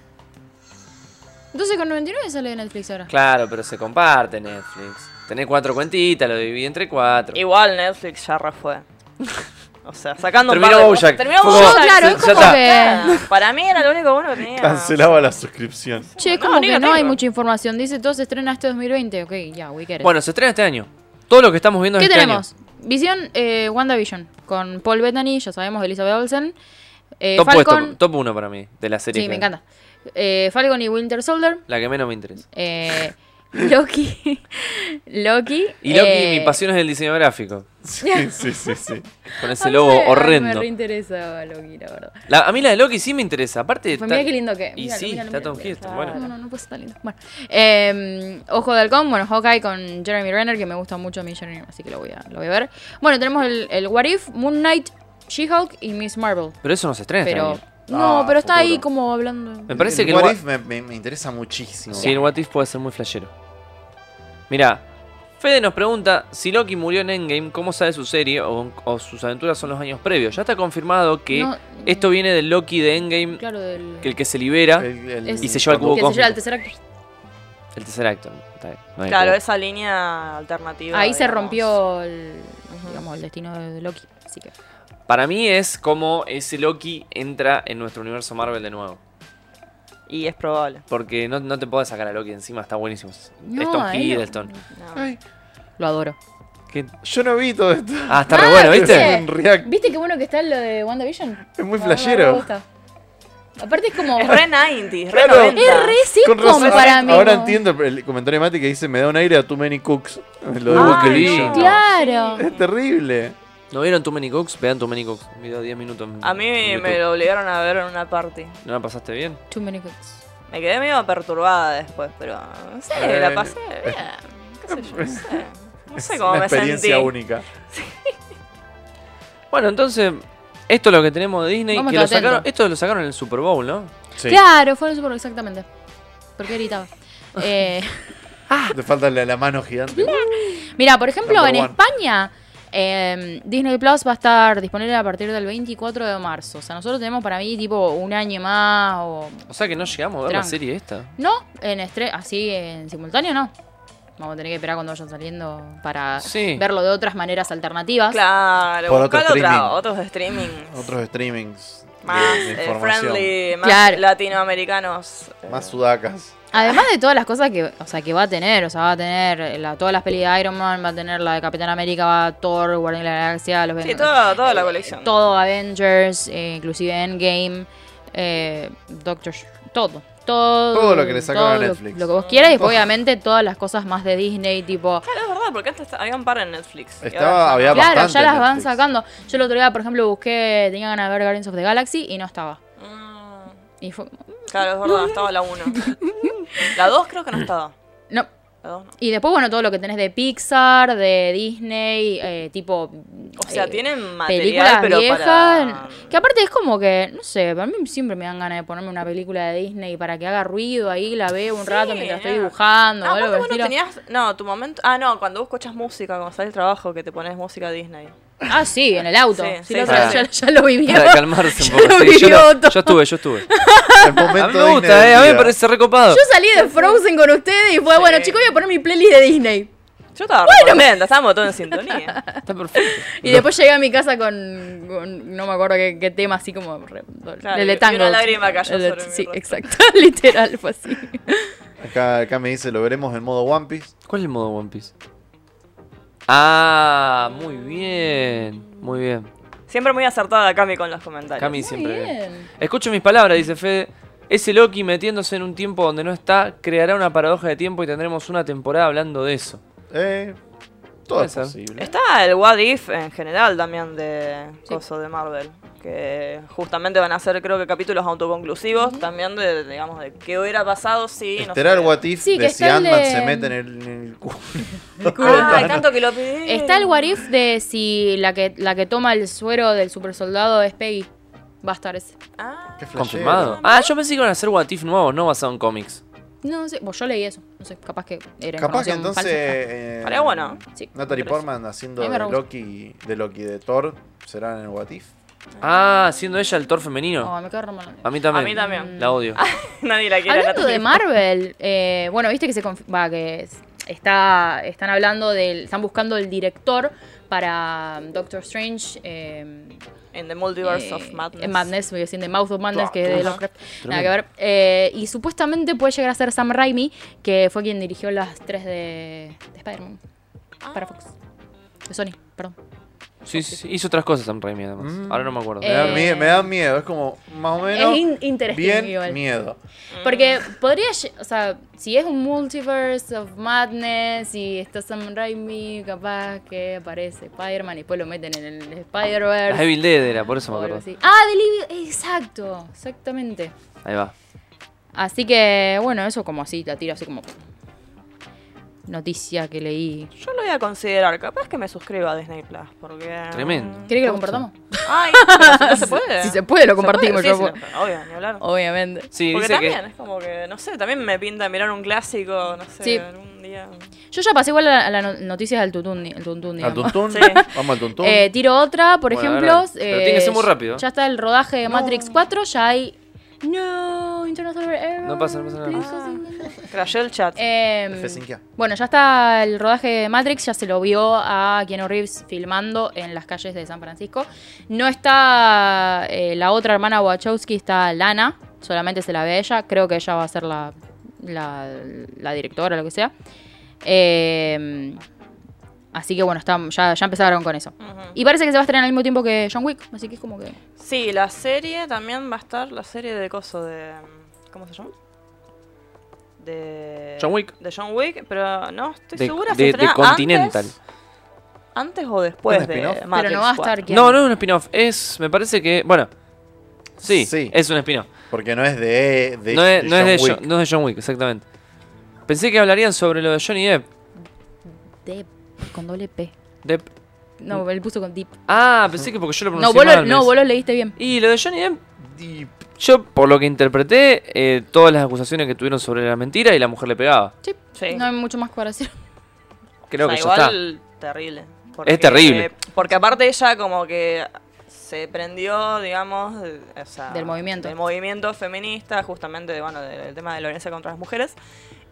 C: 12,99 sale de Netflix ahora.
A: Claro, pero se comparte Netflix. Tenés cuatro cuentitas, lo dividí entre cuatro.
D: Igual Netflix ya re fue. [laughs] O sea, sacando
A: Terminó
D: un par de
A: Bojack.
D: Terminó
A: Fue
C: Yo,
A: como-
D: Bojack,
C: claro,
D: sí.
C: es
A: ya
C: como
A: está.
C: que.
D: Nada, Para mí era lo único bueno que tenía.
B: Cancelaba la suscripción.
C: Che, es
D: No,
C: como
D: ni
C: que
D: la
C: no hay
D: tengo.
C: mucha información. Dice todo se estrena este 2020. Ok, ya, we get it.
A: Bueno, se estrena este año. Todo lo que estamos viendo es
C: ¿Qué
A: este año.
C: tenemos? Visión, eh, WandaVision. Con Paul Bettany, ya sabemos, Elizabeth Olsen. Eh,
A: top, puesto,
C: Falcon.
A: top 1 para mí, de la serie.
C: sí,
A: que-
C: me encanta. Eh, Falcon y Winter Soldier.
A: La que menos me interesa. [laughs]
C: Eh, Loki. Loki.
A: Y Loki,
C: eh,
A: mi pasión es el diseño gráfico.
B: Sí, sí, sí, sí.
A: Con
C: a
A: ese
C: mí
A: logo
C: me- a mí Me
A: horrendo.
C: reinteresa Loki, la verdad.
A: La- a mí la de Loki sí me interesa. Aparte.
C: Pues
A: está-
C: mira qué lindo que.
A: Y
C: míralo,
A: sí,
C: míralo,
A: está Tom
C: míralo.
A: Hiddleston.
D: Claro.
A: Bueno.
C: No, no, no puede estar lindo. Bueno. Eh, Ojo de Halcón, bueno, Hawkeye con Jeremy Renner, que me gusta mucho a mí Jeremy, así que lo voy a, lo voy a ver. Bueno, tenemos el, el What If, Moon Knight, She-Hulk y Miss Marvel.
A: Pero eso no se estrena. este
C: Pero.
A: año.
C: No,
B: Ah,
C: pero está ahí
B: futuro.
C: como hablando.
A: Me parece
B: El
A: que el
B: What
A: What-
B: If me, me- me interesa muchísimo.
A: Sí, el What If puede ser muy flashero. Mira, Fede nos pregunta: si Loki murió en Endgame, ¿cómo sale su serie o, o sus aventuras son los años previos? Ya está confirmado que
C: No,
A: esto viene del Loki de Endgame,
C: Claro, del.
A: que el que se libera, el,
B: El- el-
C: Es-
A: y se lleva el cubo
C: que se lleva al
A: cósmico.
C: tercer acto.
A: tercer acto. Está bien, no hay
D: Claro,
A: cubo.
D: esa línea alternativa.
C: Ahí se
D: digamos.
C: rompió el, digamos, el destino de Loki. Así que.
A: Para mí es como ese Loki entra en nuestro universo Marvel de nuevo.
D: Y es probable.
A: Porque no, no te puedes sacar a Loki encima, está buenísimo.
C: No,
A: es Tom
C: eh,
A: Hiddleston.
D: No.
B: Ay,
C: Lo adoro.
A: ¿Qué?
B: yo no vi todo esto.
A: Ah, está re bueno,
B: Es
A: ¿viste?
B: un react.
C: ¿Viste qué bueno que está lo de WandaVision?
B: Es muy
C: No,
B: flashero.
C: me gusta. Aparte es como.
D: Es re 90s, re
B: Claro.
D: 90.
C: Es re
B: Con
C: sitcom
B: razón,
C: para mí.
B: ahora
C: ¿no?
B: entiendo el comentario de Mati que dice: Me da un aire a Too Many Cooks. Lo de
A: Ay,
B: Wikileaks.
A: no.
C: Claro.
B: Es terrible.
A: ¿No vieron Too Many Cooks? Vean Too Many Cooks. Un video de 10 minutos. en-
D: A mí
A: en YouTube.
D: me lo obligaron a ver en una party.
A: ¿No la pasaste bien?
C: Too many cooks.
D: Me quedé medio perturbada después, pero no sé,
B: Eh,
D: la pasé bien. Qué sé yo, no sé. No sé
B: es
D: cómo
B: una
D: me
B: experiencia
D: sentí.
B: única.
A: Bueno, entonces, esto es lo que tenemos de Disney.
C: Vamos
A: Que
C: a
A: lo
C: estar
A: sacaron,
C: atentos.
A: esto lo sacaron en el Super Bowl, ¿no?
B: Sí.
C: Claro, fue en el Super Bowl, exactamente. Porque
B: [laughs]
C: gritaba. Eh,
B: Te falta la, la mano gigante.
C: mira, por ejemplo, en
B: Number one.
C: España Eh, Disney Plus va a estar disponible a partir del 24 de marzo. O sea, nosotros tenemos para mí tipo un año más o...
A: O sea que no llegamos a ver la
C: Tranqui.
A: serie esta.
C: No, en estre- así en simultáneo no. Vamos a tener que esperar cuando vayan saliendo para
A: Sí.
C: verlo de otras maneras alternativas.
D: Claro,
B: Por otro
D: buscar otra,
B: streaming.
D: otros streaming
B: Otros streamings de-
D: más
B: de,
D: eh,
B: información.
D: friendly, más
C: Claro.
D: latinoamericanos.
B: Más sudacas.
C: Además de todas las cosas que, o sea, que va a tener, o sea, va a tener la- todas las pelis de Iron Man, va a tener la de Capitán América, va a Thor, Guardián de la Galaxia, los
D: Sí, toda, toda la colección.
C: todo Avengers, eh, inclusive Endgame, eh, Doctor Sh- todo. Todo,
B: Todo lo que le sacaron a
C: todo lo-
B: Netflix.
C: Lo, que vos quieras y después,
B: Todo.
C: obviamente todas las cosas más de Disney, tipo...
D: Claro, es verdad, porque antes había un par en Netflix. y
B: Estaba-
D: ahora
B: había-
D: ya no.
C: Claro,
B: bastante
C: ya las
B: en
C: van
B: Netflix.
C: sacando. Yo el otro día, por ejemplo, busqué, tenía ganas de ver Guardians of the Galaxy y no estaba.
D: Mm,
C: Y fue...
D: Claro, es verdad, estaba la 1. La 2 creo que no estaba.
C: No,
D: La 2 no.
C: Y después, bueno, todo lo que tenés de Pixar, de Disney, eh, tipo...
D: O sea,
C: eh,
D: tienen material,
C: películas
D: pero
C: viejas.
D: para...
C: Que aparte es como que, no sé, para mí siempre me dan ganas de ponerme una película de Disney para que haga ruido ahí, la veo un
D: Sí, ah.
C: rato mientras estoy
D: no.
C: dibujando
D: No,
C: o algo
D: aparte
C: del
D: vos
C: estilo.
D: no tenías... No, tu momento... Ah, no, cuando vos escuchas música, cuando sale el trabajo, que te pones música Disney.
C: Ah, sí, en el auto.
D: Sí,
C: Sí,
D: sí,
C: lo otro
A: sí,
C: ya,
D: sí.
C: [laughs] ya lo viví.
A: Para
C: [laughs]
A: calmarse un
C: Yo
A: poco.
C: lo
A: sí, yo,
C: viví
A: lo-
C: otro.
A: yo estuve, yo
C: [laughs]
A: estuve.
B: El momento
A: A mí me gusta,
B: Disney
A: eh, a mí me
B: del día.
A: parece recopado.
C: Yo salí de Frozen con ustedes y fue, bueno, chicos, voy a poner mi playlist de Disney.
D: Yo estaba bueno. contenta, estábamos todos en sintonía.
A: Está perfecto.
C: Y después llegué a mi casa con, con- no me acuerdo qué, qué tema, así como re-
D: Claro,
C: el
D: y
C: de
D: una
C: tango.
D: lágrima cayó
C: El de-
D: sobre mi
C: Sí,
D: rostro.
C: exacto, [laughs] literal, fue así.
B: Acá, acá me dice, lo veremos en modo One Piece.
A: ¿Cuál es el modo One Piece? Ah, muy bien. Muy bien.
D: Siempre muy acertada Cami con los comentarios.
A: Cami siempre.
C: bien.
A: bien. Escucho mis palabras, dice Fede. Ese Loki metiéndose en un tiempo donde no está creará una paradoja de tiempo y tendremos una temporada hablando de eso.
B: Eh, todo
A: Puede
B: es
A: ser.
B: posible.
D: Está el What If en general también de
C: Sí.
D: coso de Marvel, que justamente van a ser creo que capítulos autoconclusivos también de digamos de qué hubiera pasado si no
B: Esperar
D: sé.
B: el What If
C: Sí, que
B: de si
C: está el
B: Ant-Man
C: de-
B: se mete en el, en el
C: [laughs]
B: culo.
D: Ah, hay tanto que lo pedí.
C: Está el what if de si la que, la que toma el suero del super soldado es Peggy. Va a estar ese.
B: [laughs]
D: Ah, [laughs]
B: Qué flashero.
A: Confirmado. Ah, yo pensé que iban a hacer What If nuevos, no basado en cómics.
C: No sé, bueno, yo leí eso. No sé, capaz que era
B: Capaz que
C: información
B: entonces.
C: falsa.
B: eh,
D: Estaría bueno.
C: Sí.
B: Natalie Portman haciendo
C: A mí me
B: de
C: gusta.
B: Loki, de Loki de Thor, será en el What If.
A: Ah, siendo ella el Thor femenino.
C: Oh, me quedo re mal.
A: A mí también.
D: A mí
C: Mm.
D: también.
A: La
C: [laughs]
A: odio.
D: nadie la quiere.
C: Hablando
D: Natalie.
C: de Marvel, eh, bueno, viste que se conf- va, que es- está, están hablando del. están buscando el director para um, Doctor Strange. eh,
D: en The Multiverse
C: Eh,
D: of Madness.
C: eh, Madness, voy a decir, The Mouth of Madness,
B: Tua,
C: que es
B: tua.
C: de Lovecraft. Nada que ver. Eh, y supuestamente puede llegar a ser Sam Raimi, que fue quien dirigió las tres de, de Spider-Man.
D: Ah.
C: Para Fox. De Sony, perdón.
A: Sí, sí, sí, hizo otras cosas Sam Raimi además.
B: Mm.
A: Ahora no me acuerdo.
B: Me, da
C: Eh,
B: mie- me da miedo, es como más o menos.
C: es in- interesting
B: bien
C: igual.
B: miedo.
C: Porque podría, lle- o sea, si es un multiverse of madness y está Sam Raimi, capaz que aparece Spider-Man y después lo meten en el
A: La
C: Spider-Verse.
A: Evil Dead era, por eso
C: o
A: me
C: algo
A: acuerdo.
C: así. Ah, Delivio, exacto, exactamente.
A: Ahí va.
C: Así que, bueno, eso como así, la tiro así como noticia que leí.
D: Yo lo voy a considerar, capaz que me suscriba a Disney Plus, porque... mm,
A: Tremendo.
C: ¿Querés que lo compartamos? [laughs]
D: Ay, pero si no se puede.
C: Si se puede, lo compartimos.
D: Sí,
C: yo
D: sí,
C: puedo.
D: no, obvio, ni hablar.
C: Obviamente.
A: Oh, Sí,
D: porque
A: dice
D: también
A: que.
D: es como que, no sé, también me pinta mirar un clásico, no sé,
C: Sí.
D: algún día.
C: Yo ya pasé igual a las noticias del tutún, el tutún,
B: Al
C: digamos.
B: tuntún,
D: Sí.
B: vamos al tuntún.
C: Eh, tiro otra, por
A: Bueno,
C: ejemplo. eh,
A: dale. Pero tiene que ser muy rápido.
C: Ya está el rodaje de Matrix 4, ya hay. No, International Air.
A: No pasa, no pasa nada.
D: Crashó el chat.
C: Eh,
B: F5 ya.
C: bueno, ya está el rodaje de Matrix, ya se lo vio a Keanu Reeves filmando en las calles de San Francisco. No está eh, la otra hermana Wachowski, está Lana, solamente se la ve a ella, creo que ella va a ser la, la, la directora, lo que sea. Eh, así que bueno, está, ya, ya empezaron con eso.
D: Ujú.
C: Y parece que se va a estrenar al mismo tiempo que John Wick, así que es como que...
D: Sí, la serie también va a estar, la serie de coso de... ¿Cómo se llama? De...
A: John Wick.
D: De John Wick, pero no estoy
A: De,
D: segura
A: de- de
D: estrenaba
A: Continental.
D: Antes, antes o después
B: ¿Un
D: de
B: spin-off?
C: Pero
D: Matrix
C: no va a estar...
D: 4.
C: Keanu.
A: No, no es un spin-off. Es. Me parece que. Bueno. Sí,
B: Sí.
A: es un spin-off.
B: Porque no es de. de
A: No es,
B: de
A: no, es
B: John
A: de
B: Wick.
A: John, no es de John Wick, exactamente. Pensé que hablarían sobre lo de Johnny Depp.
C: Deep, con doble P.
A: Depp.
C: No, él puso con Deep.
A: Ah, pensé que porque yo lo
C: No,
A: pronuncié
C: vos lo,
A: mal, me
C: no,
A: dice.
C: vos lo leíste bien.
A: Y lo de Johnny Depp, y yo por lo que interpreté, eh, todas las acusaciones que tuvieron sobre la mentira y la mujer le pegaba.
C: Sí.
D: Sí.
C: No hay mucho más que para decir.
A: Creo
D: O sea,
A: que ya está.
D: igual terrible. Porque-
A: terrible.
D: Porque aparte ella como que se prendió, digamos, o sea,
C: Del movimiento.
D: Del movimiento feminista, justamente de, bueno, del tema de la violencia contra las mujeres,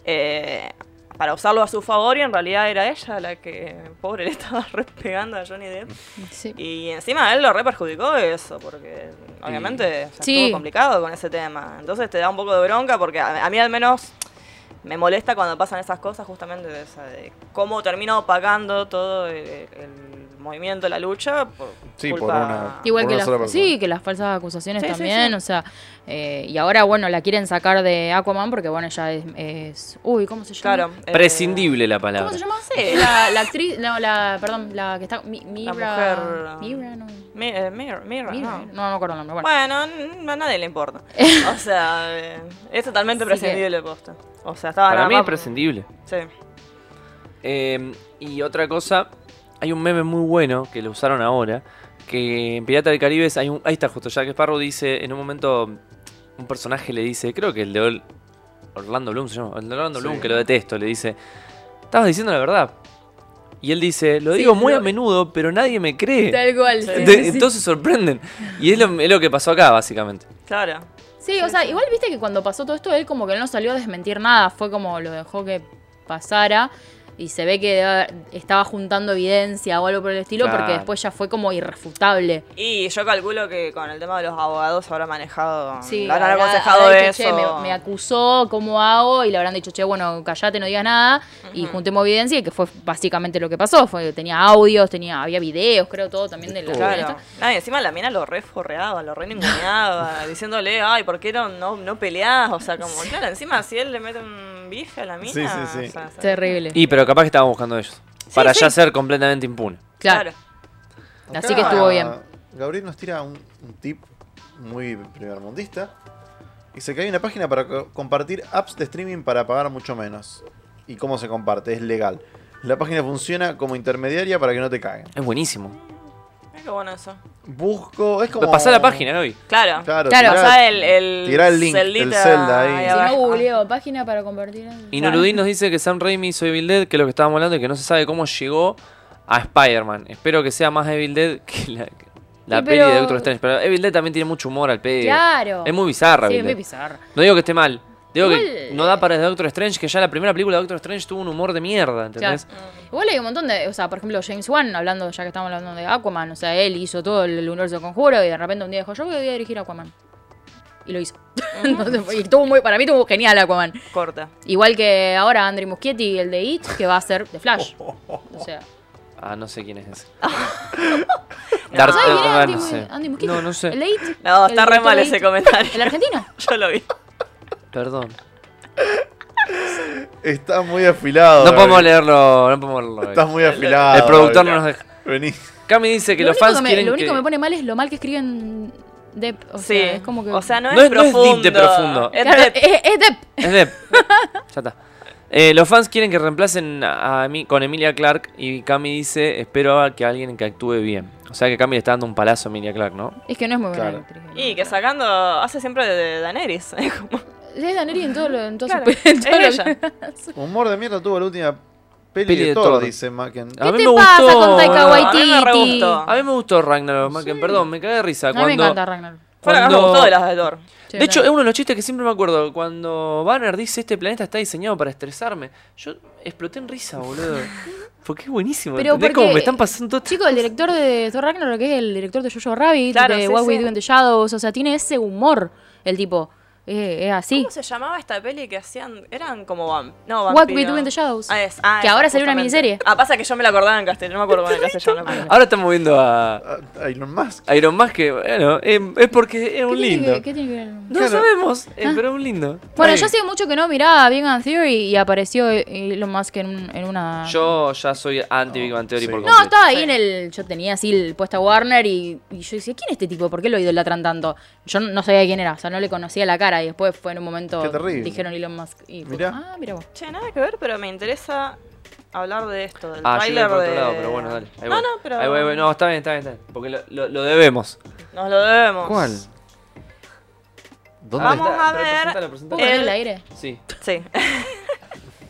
D: eh, para usarlo a su favor y en realidad era ella la que, pobre, [laughs] le estaba re pegando a Johnny Depp.
C: [laughs] Sí.
D: Y encima a él lo re perjudicó eso, porque obviamente o sea,
C: Sí.
D: estuvo complicado con ese tema. Entonces te da un poco de bronca, porque a, a mí al menos me molesta cuando pasan esas cosas, justamente de, esa- de cómo termina opacando todo el, el movimiento, la lucha. Por
B: Sí, por
D: culpa...
B: una-
C: Igual
B: Por
C: que
B: una
C: las,
B: sola persona.
C: sí, que las falsas acusaciones
D: Sí, sí,
C: también,
D: sí.
C: o sea, eh, y ahora, bueno, la quieren sacar de Aquaman porque, bueno, ya es, es- uy, ¿cómo se llama?
D: Claro. eh,
A: Prescindible la
C: ¿Cómo
A: palabra.
C: se llama? Sí, la, la actriz, no, la, perdón, la que está, Mi-
D: La
C: Mira,
D: mujer.
C: Mira, no,
D: Mi- eh, Mirror, Mirror,
C: Mira,
D: no.
C: no, no me acuerdo el nombre, bueno.
D: Bueno, n- a nadie
C: [laughs]
D: le importa. O sea, eh, es totalmente
C: Así que-
D: prescindible posta. O sea, estaba
A: Para
D: nada
A: mí
D: más-
A: es prescindible.
D: Sí.
A: Eh, y otra cosa, hay un meme muy bueno que lo usaron ahora, que en Pirata del Caribe es- hay un, ahí está justo Jack Sparrow dice, en un momento un personaje le dice, creo que el de Ol- Orlando Bloom se llama, el de Orlando
B: Sí.
A: Bloom que lo detesto, le dice, estabas diciendo la verdad. Y él dice, lo
C: Sí,
A: digo muy
C: lo-
A: a menudo, pero nadie me cree.
C: Tal cual.
D: Sí.
C: sí,
A: De-
C: sí, sí.
A: entonces sorprenden. Y es lo, es lo que pasó acá, básicamente.
D: Claro.
C: Sí, o sea, igual viste que cuando pasó todo esto, él como que no salió a desmentir nada, fue como lo dejó que pasara y se ve que debe haber- estaba juntando evidencia o algo por el estilo, porque
A: Claro.
C: después ya fue como irrefutable.
D: Y yo calculo que con el tema de los abogados habrá
A: Ah,
D: manejado,
C: Sí,
D: le habrán
C: habrá-
D: aconsejado
C: habrá dicho,
D: eso.
C: "Che, me, me acusó, ¿cómo hago? Y le habrán dicho, che, bueno, callate, no digas nada. Y juntemos evidencia, y que fue básicamente lo que pasó. Fue, tenía audios, tenía, había videos, creo, todo también de la
D: Claro.
C: esto.
D: Nada, y encima la mina lo reforreaba, lo re
C: [laughs]
D: ninguneaba, diciéndole, ay, ¿por qué no, no, no peleás? O sea, como, claro, encima si él le mete un bife a la mina.
B: Sí, sí, sí.
D: o sea, se-
C: Terrible.
A: Y pero capaz que estaban buscando ellos. para
D: sí.
A: ya ser completamente impune.
C: claro. Así que
B: Acá
C: estuvo bien.
B: Gabriel nos tira un, un tip muy primermundista. Dice que hay una página para co- compartir apps de streaming para pagar mucho menos. ¿Y cómo se comparte? Es legal. La página funciona como intermediaria para que no te caguen.
A: Es buenísimo.
D: Mira qué bueno eso.
B: Busco, es como...
A: Pasá la página, Gaby.
D: Claro.
B: Claro,
C: Claro,
B: tirá-
D: Pasá el, eh. el,
B: tirá el link, el
D: celdita
B: Zelda ahí. Si
C: Si no
D: abajo.
C: googleo, página para convertir en...
A: ah. Y Nurudin nos dice que Sam Raimi hizo Evil Dead, que es lo que estábamos hablando, y que no se sabe cómo llegó a Spider-Man. Espero que sea más Evil Dead que la, que la
C: Sí,
A: peli de
C: pero-
A: Doctor Strange. Pero Evil Dead también tiene mucho humor al pedo.
C: Claro.
A: eh, Es muy bizarra,
C: Sí,
A: Evil
C: muy
A: Dead.
C: bizarro.
A: No digo que esté mal. Digo que
C: Igual-
A: no da para el Doctor Strange, que ya la primera película de Doctor Strange tuvo un humor de mierda, ¿entendés?
C: Claro. Igual hay un montón de, o sea, por ejemplo, James Wan, hablando, ya que estamos hablando de Aquaman, o sea, él hizo todo el universo de conjuro y de repente un día dijo, yo voy a dirigir Aquaman. Y lo hizo. [laughs] Entonces, fue- y estuvo muy, para mí estuvo genial Aquaman.
D: Corta. [laughs]
C: Igual que ahora André Muschietti, el de It, que va a ser de
D: [laughs]
C: Flash. O sea,
A: Ah, no sé quién es
C: [laughs]
A: ese.
D: ¿Sabes
A: eh,
D: quién
C: es
A: ah,
C: Andy
A: no
C: Mu-
A: sé.
C: Andy Muschietti?
A: No, no sé.
C: el de It.
D: No,
C: el
D: está re
C: director
D: mal
C: de
D: ese
C: It.
D: comentario.
C: ¿El argentino?
D: Yo lo vi.
A: Perdón.
B: Está muy afilado.
A: No podemos
B: Gabriel.
A: leerlo, no podemos leerlo.
B: Estás muy afilado.
A: El productor no
B: Gabriel.
A: nos deja.
B: Vení.
A: Cami dice que
C: lo
A: los
C: único,
A: fans
C: que me,
A: quieren
C: lo único
A: que-
C: que me pone mal es lo mal que escriben Depp. O
D: sí.
C: sea, es como que...
D: O sea, no,
A: No
D: es
A: es- no es
D: profundo.
A: deep de profundo.
D: Es
C: Claro, eh.
D: deep.
C: es- es Depp.
A: Es de.
C: [laughs]
A: ya está. Eh, los fans quieren que reemplacen a mí con Emilia Clark y Cami dice, espero a que alguien que actúe bien. O sea que Cami le está dando un palazo a Emilia Clark, ¿no?
C: Es que no es muy buena
B: Claro.
C: actriz.
D: Y que sacando, hace siempre de Daenerys. [laughs] Es como,
C: Es Daneri en todo lo, en todo
D: claro,
C: su, en
D: es
C: todo lo-
D: ella.
B: Humor de mierda tuvo la última peli,
A: Peli
B: de,
A: de Ah.
B: Thor,
A: Thor.
B: dice Macken.
A: A mí
C: te
A: me
C: pasa
A: gustó.
C: con Taika
A: boludo.
D: A mí me re
C: Waititi?
D: gustó.
A: A mí me gustó Ragnarok, Macken, perdón, me cagué de risa.
C: A mí
A: cuando,
C: me encanta Ragnar.
D: Fue la que más me
A: Cuando-
D: gustó de las de Thor.
C: Sí,
A: de hecho,
C: no.
A: es uno de los chistes que siempre me acuerdo. Cuando Banner dice, este planeta está diseñado para estresarme, yo exploté en risa,
C: [laughs]
A: boludo. Porque es buenísimo.
C: Pero
A: ¿entendés?
C: porque-
A: Como me están pasando todo
C: Chico, el director de Thor Ragnarok, que es el director de Jojo Rabbit,
D: Claro,
C: de
D: sí,
C: What We
D: sí.
C: Do in the Shadows, o sea, tiene ese humor el tipo. Eh, es así.
D: ¿Cómo se llamaba esta peli que hacían? Eran como vamp no,
C: What
D: vampiros.
C: We Do in the Shadows.
D: Ah, es- ah,
C: Que
D: esa,
C: ahora salió una
D: justamente.
C: miniserie.
D: Ah, pasa que yo me la acordaba en castellano, no me acuerdo con el castellano. pero-
A: Ahora estamos viendo a
B: Ah, Elon Musk.
A: a Iron Man que, bueno, es, es porque es
C: ¿Qué
A: un
C: tiene
A: lindo.
C: que- ¿Qué Ah. tiene que ver?
A: No sabemos, eh, pero es un lindo.
C: Bueno,
B: Ahí.
C: yo hace mucho que no miraba Big Bang Theory y apareció eh, Elon Musk en, un- en una...
A: Ah. Yo ya soy anti Big Bang Theory
B: Sí.
A: por
B: No,
C: No,
A: completo.
C: estaba ahí en el. Yo tenía así el puesto a Warner y, y yo decía, ¿quién es este tipo? ¿Por qué lo idolatran tanto? Yo no sabía quién era, o sea, no le conocía la cara y después fue en un momento.
B: Qué terrible.
C: Dijeron Elon Musk. Y fue,
B: Mirá.
C: Ah, mira vos.
D: Che, nada que ver, pero me interesa hablar de esto, del
A: Ah, yo iba
D: tráiler
A: por otro
D: de...
A: lado, pero bueno, dale. Ahí
D: no,
A: voy.
D: no, pero
A: Ahí voy, ahí voy. No, está bien, está bien, está bien. Porque lo, lo- lo debemos.
D: nos lo debemos.
B: ¿Cuál? ¿Dónde
D: Vamos
A: está,
D: a
A: pero
D: ver.
A: presentalo, presentalo.
C: ¿Puedo poner
D: El-
C: el aire?
A: Sí.
D: Sí, [laughs]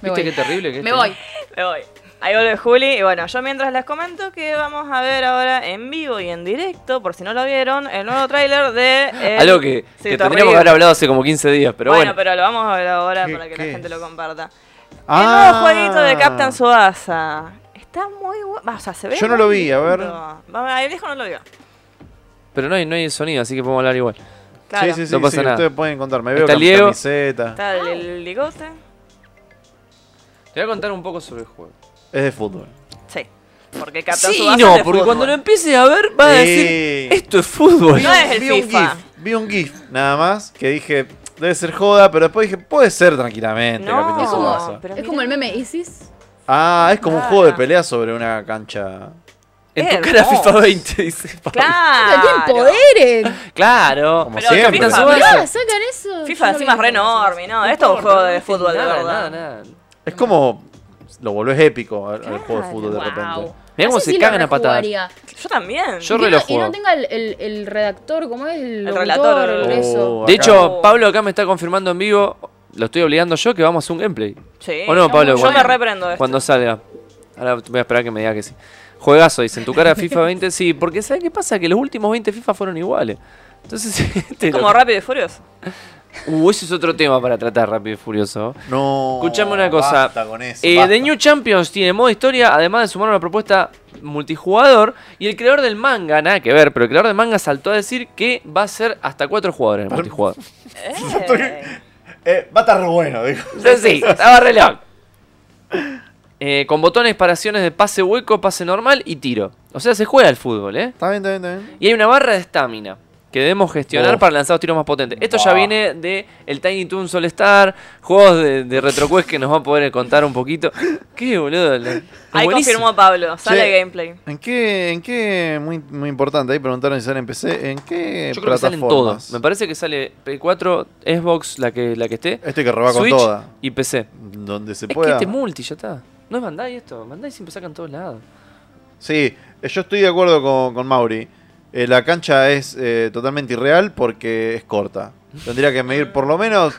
C: Me
A: ¿Viste
C: voy.
A: qué terrible que es
C: Me
A: este?
C: voy.
D: me voy. Ahí vuelve Juli. Y bueno, yo mientras les comento que vamos a ver ahora en vivo y en directo, por si no lo vieron, el nuevo tráiler de.
A: [laughs]
D: el-
A: Algo que,
D: Eh, Sí,
A: que
D: te
A: tendríamos
D: ríes.
A: que haber hablado hace como 15 días, pero
D: bueno,
A: bueno.
D: pero lo vamos a ver ahora
B: ¿Qué-
D: para que
B: qué
D: la gente
B: es?
D: lo comparta.
B: Ah.
D: El nuevo jueguito de Captain Suasa. Está muy bueno. O sea, se ve.
B: Yo no lo
D: muy
B: vi, a ver.
D: lindo. Vamos, El viejo no lo vio.
A: Pero no hay, no hay sonido, así que podemos hablar igual.
D: Claro.
B: Sí, sí, sí,
A: No pasa
B: sí,
A: nada.
B: ustedes pueden contar. Me veo
A: Está
B: con
A: Diego.
B: camiseta.
D: Está el, el ligote.
A: Te voy a contar un poco sobre el juego.
B: Es de fútbol.
D: Sí. Porque Captain
A: sí,
D: Subasa
A: no,
D: es de
A: porque
D: fútbol.
A: cuando lo em- empieces a ver, vas a
B: Sí.
A: decir: Esto es fútbol.
D: No es el
B: vi
D: FIFA.
B: Un GIF, vi un GIF nada más que dije, debe ser joda, pero después dije, puede ser tranquilamente.
D: No,
B: Capitán
C: es como-
B: Tsubasa.
D: pero
C: es como
D: mirá.
C: el meme Isis.
B: Ah, es como un juego de
D: Ah.
B: pelea sobre una cancha.
A: En
D: Qué
A: tu cara
D: hermoso.
A: FIFA 20, dice Pablo.
D: [laughs] Claro.
C: ¡Tienen
A: ¿eh?
D: [laughs]
C: poderes!
A: Claro.
B: Como
D: Pero
B: siempre.
A: Capitán
D: FIFA-
A: Tsubasa.
C: Mirá, sacan eso. Yo
D: FIFA
C: no
D: encima es
C: vi
D: re
C: eso.
D: enorme, ¿no? Esto es un
A: importa,
D: juego
A: no
D: de
A: dice
D: fútbol, de
A: nada,
D: verdad.
A: Nada, nada.
B: Es como. Lo volvés épico al, al juego de fútbol de
C: Wow.
B: repente.
A: Mirá cómo
C: Así
A: se
C: sí lo
A: cagan a patadas.
C: rejugaría.
D: Yo
A: Yo
D: también.
C: y, que
A: re lo
C: no, y
A: juego.
C: no tenga el, el- el redactor, ¿cómo es? El,
D: El
C: locutor,
D: relator,
C: el-
D: el-
C: eso.
B: Oh,
A: De
B: acá.
A: hecho, Pablo acá me está confirmando en vivo. Lo estoy obligando yo que vamos a hacer un gameplay.
D: Sí.
B: Oh,
A: ¿O no, Pablo?
D: Yo
A: Cuando-
D: me reprendo esto.
A: Cuando salga. Ahora voy a esperar que me diga que sí. Juegazo, dice. En tu cara
D: [laughs]
A: FIFA 20, sí. Porque ¿sabes qué pasa? Que los últimos 20 FIFA fueron iguales. Entonces, [laughs] este
D: Es como
A: lo-
D: rápido
B: [laughs]
D: y furioso.
A: Uh, ese es otro tema para tratar rápido y furioso.
B: No.
A: Escuchame una cosa.
B: Oh, Basta con eso.
A: Eh,
B: basta.
A: The
B: [laughs]
A: New Champions tiene modo historia, además de sumar una propuesta multijugador. Y el creador del manga, nada que ver, pero el creador del manga saltó a decir que va a ser hasta cuatro jugadores en el multijugador.
D: Eh.
B: Eh, va a estar re bueno, digo.
A: Sí, sí, estaba re león. [laughs] Eh, con botones para acciones de pase hueco, pase normal y tiro. O sea, se juega al fútbol, ¿eh?
B: Está bien, está bien, está bien.
A: Y hay una barra de estamina que debemos gestionar
B: Uf.
A: para lanzar los tiros más potentes. Esto ya
B: Bah.
A: viene de el Tiny Toon All Star, juegos de, de RetroQuest que nos va a poder contar un poquito. ¿Qué, boludo? la- es
D: Ahí
A: buenísimo.
D: confirmó Pablo. Sale
B: Che.
D: gameplay.
B: ¿En qué, en qué muy, muy importante, ahí preguntaron si sale en PC, ¿en qué
A: Yo creo que salen
B: plataformas?
A: todos. Me parece que sale Play 4, Xbox, la que, la que esté,
B: Este que roba con
A: Switch
B: toda.
A: y PC.
B: Donde se
A: Es que
B: pueda.
A: este multi ya está. No es Bandai esto. Bandai siempre sacan todos lados.
B: Sí, eh, yo estoy de acuerdo con, con Mauri. Eh, la cancha es eh, totalmente irreal porque es corta. Tendría que medir por lo menos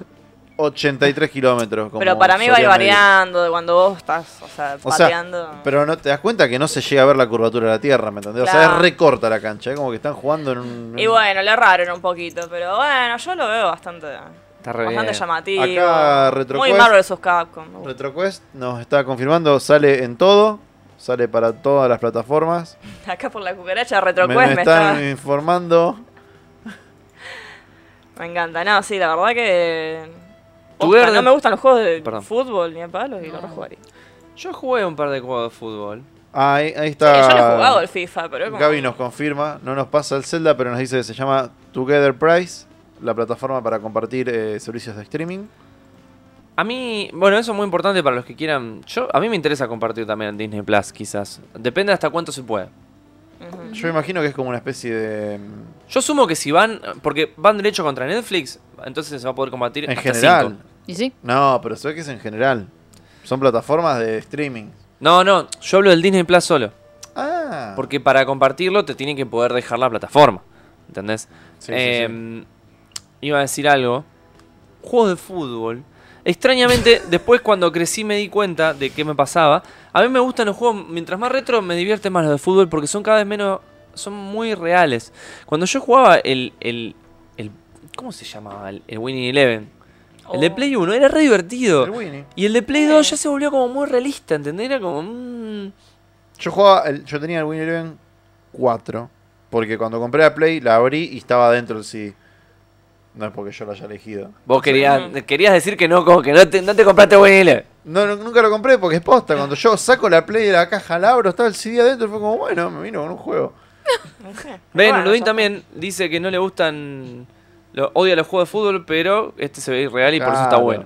B: 83 kilómetros. como
D: Pero para mí va a ir
B: solía medir.
D: variando de cuando vos estás, o sea,
B: O sea,
D: pateando.
B: Pero no, te das cuenta que no se llega a ver la curvatura de la tierra, ¿me entendés? O sea,
D: Claro.
B: es re corta la cancha, es como que están jugando en un...
D: Y bueno, le erraron un poquito, pero bueno, yo lo veo bastante,
A: Está re
D: bastante
A: bien.
D: llamativo.
B: Acá RetroQuest.
D: Muy Marvel vs. Capcom.
B: RetroQuest nos está confirmando, sale en todo, sale para todas las plataformas.
D: [laughs] Acá por la cucaracha
B: Me,
D: RetroQuest
B: me
D: me,
B: están
D: está-
B: informando.
D: me encanta. No, sí, la verdad que...
A: Tu
D: Posta,
A: verde-
D: No me gustan los juegos de
A: Perdón.
D: fútbol ni a palos y lo
C: No.
D: rejugaría.
A: Yo jugué un par de juegos de fútbol.
B: Ah, Ahí, ahí
D: Sí,
B: está...
D: yo no he jugado al FIFA, pero es como...
B: Gaby nos confirma, no nos pasa el Zelda, pero nos dice que se llama Together Price, la plataforma para compartir eh, servicios de streaming.
A: A mí, bueno, eso es muy importante para los que quieran. Yo, a mí me interesa compartir también en Disney Plus, quizás. Depende hasta cuánto se pueda.
D: Ujú.
B: Yo imagino que es como una especie de... mm,
A: Yo sumo que si van, porque van derecho contra Netflix, entonces se va a poder combatir
B: En
A: hasta
B: general.
A: cinco.
C: ¿Y sí? [laughs]
B: No, pero se ve que es en general. Son plataformas de streaming.
A: No, no, yo hablo del Disney Plus solo.
B: Ah.
A: Porque para compartirlo te tienen que poder dejar la plataforma. ¿Entendés?
B: Sí, sí,
A: Em, Iba a decir algo. Juegos de fútbol. Extrañamente, [laughs] después cuando crecí me di cuenta de qué me pasaba. A mí me gustan los juegos, mientras más retro me divierten más los de fútbol porque son cada vez menos, son muy reales. Cuando yo jugaba el, el, el- ¿cómo se llamaba? El, el Winning Eleven. El de
D: Oh.
A: Play 1 era re divertido.
B: El Winnie.
A: Y el de Play
D: Sí.
A: 2 ya se volvió como muy realista, ¿entendés? Era como... mm,
B: Yo jugaba, el- yo tenía el Winnie Eleven 4, porque cuando compré la Play la abrí y estaba dentro del CD. No es porque yo lo haya elegido.
A: Vos querías,
D: Ujú.
A: querías decir que no, como que no te, no te compraste Winning Eleven.
B: No, no, nunca lo compré porque es posta. Cuando yo saco la Play de la caja, la abro, estaba el CD adentro y fue como, bueno, me vino con un [laughs] juego.
D: No sé.
A: Ben
D: Bueno,
A: Ludin
D: ya
A: también dice que no le gustan. lo- odia los juegos de fútbol, pero este se ve irreal y por eso está
B: Claro.
A: bueno.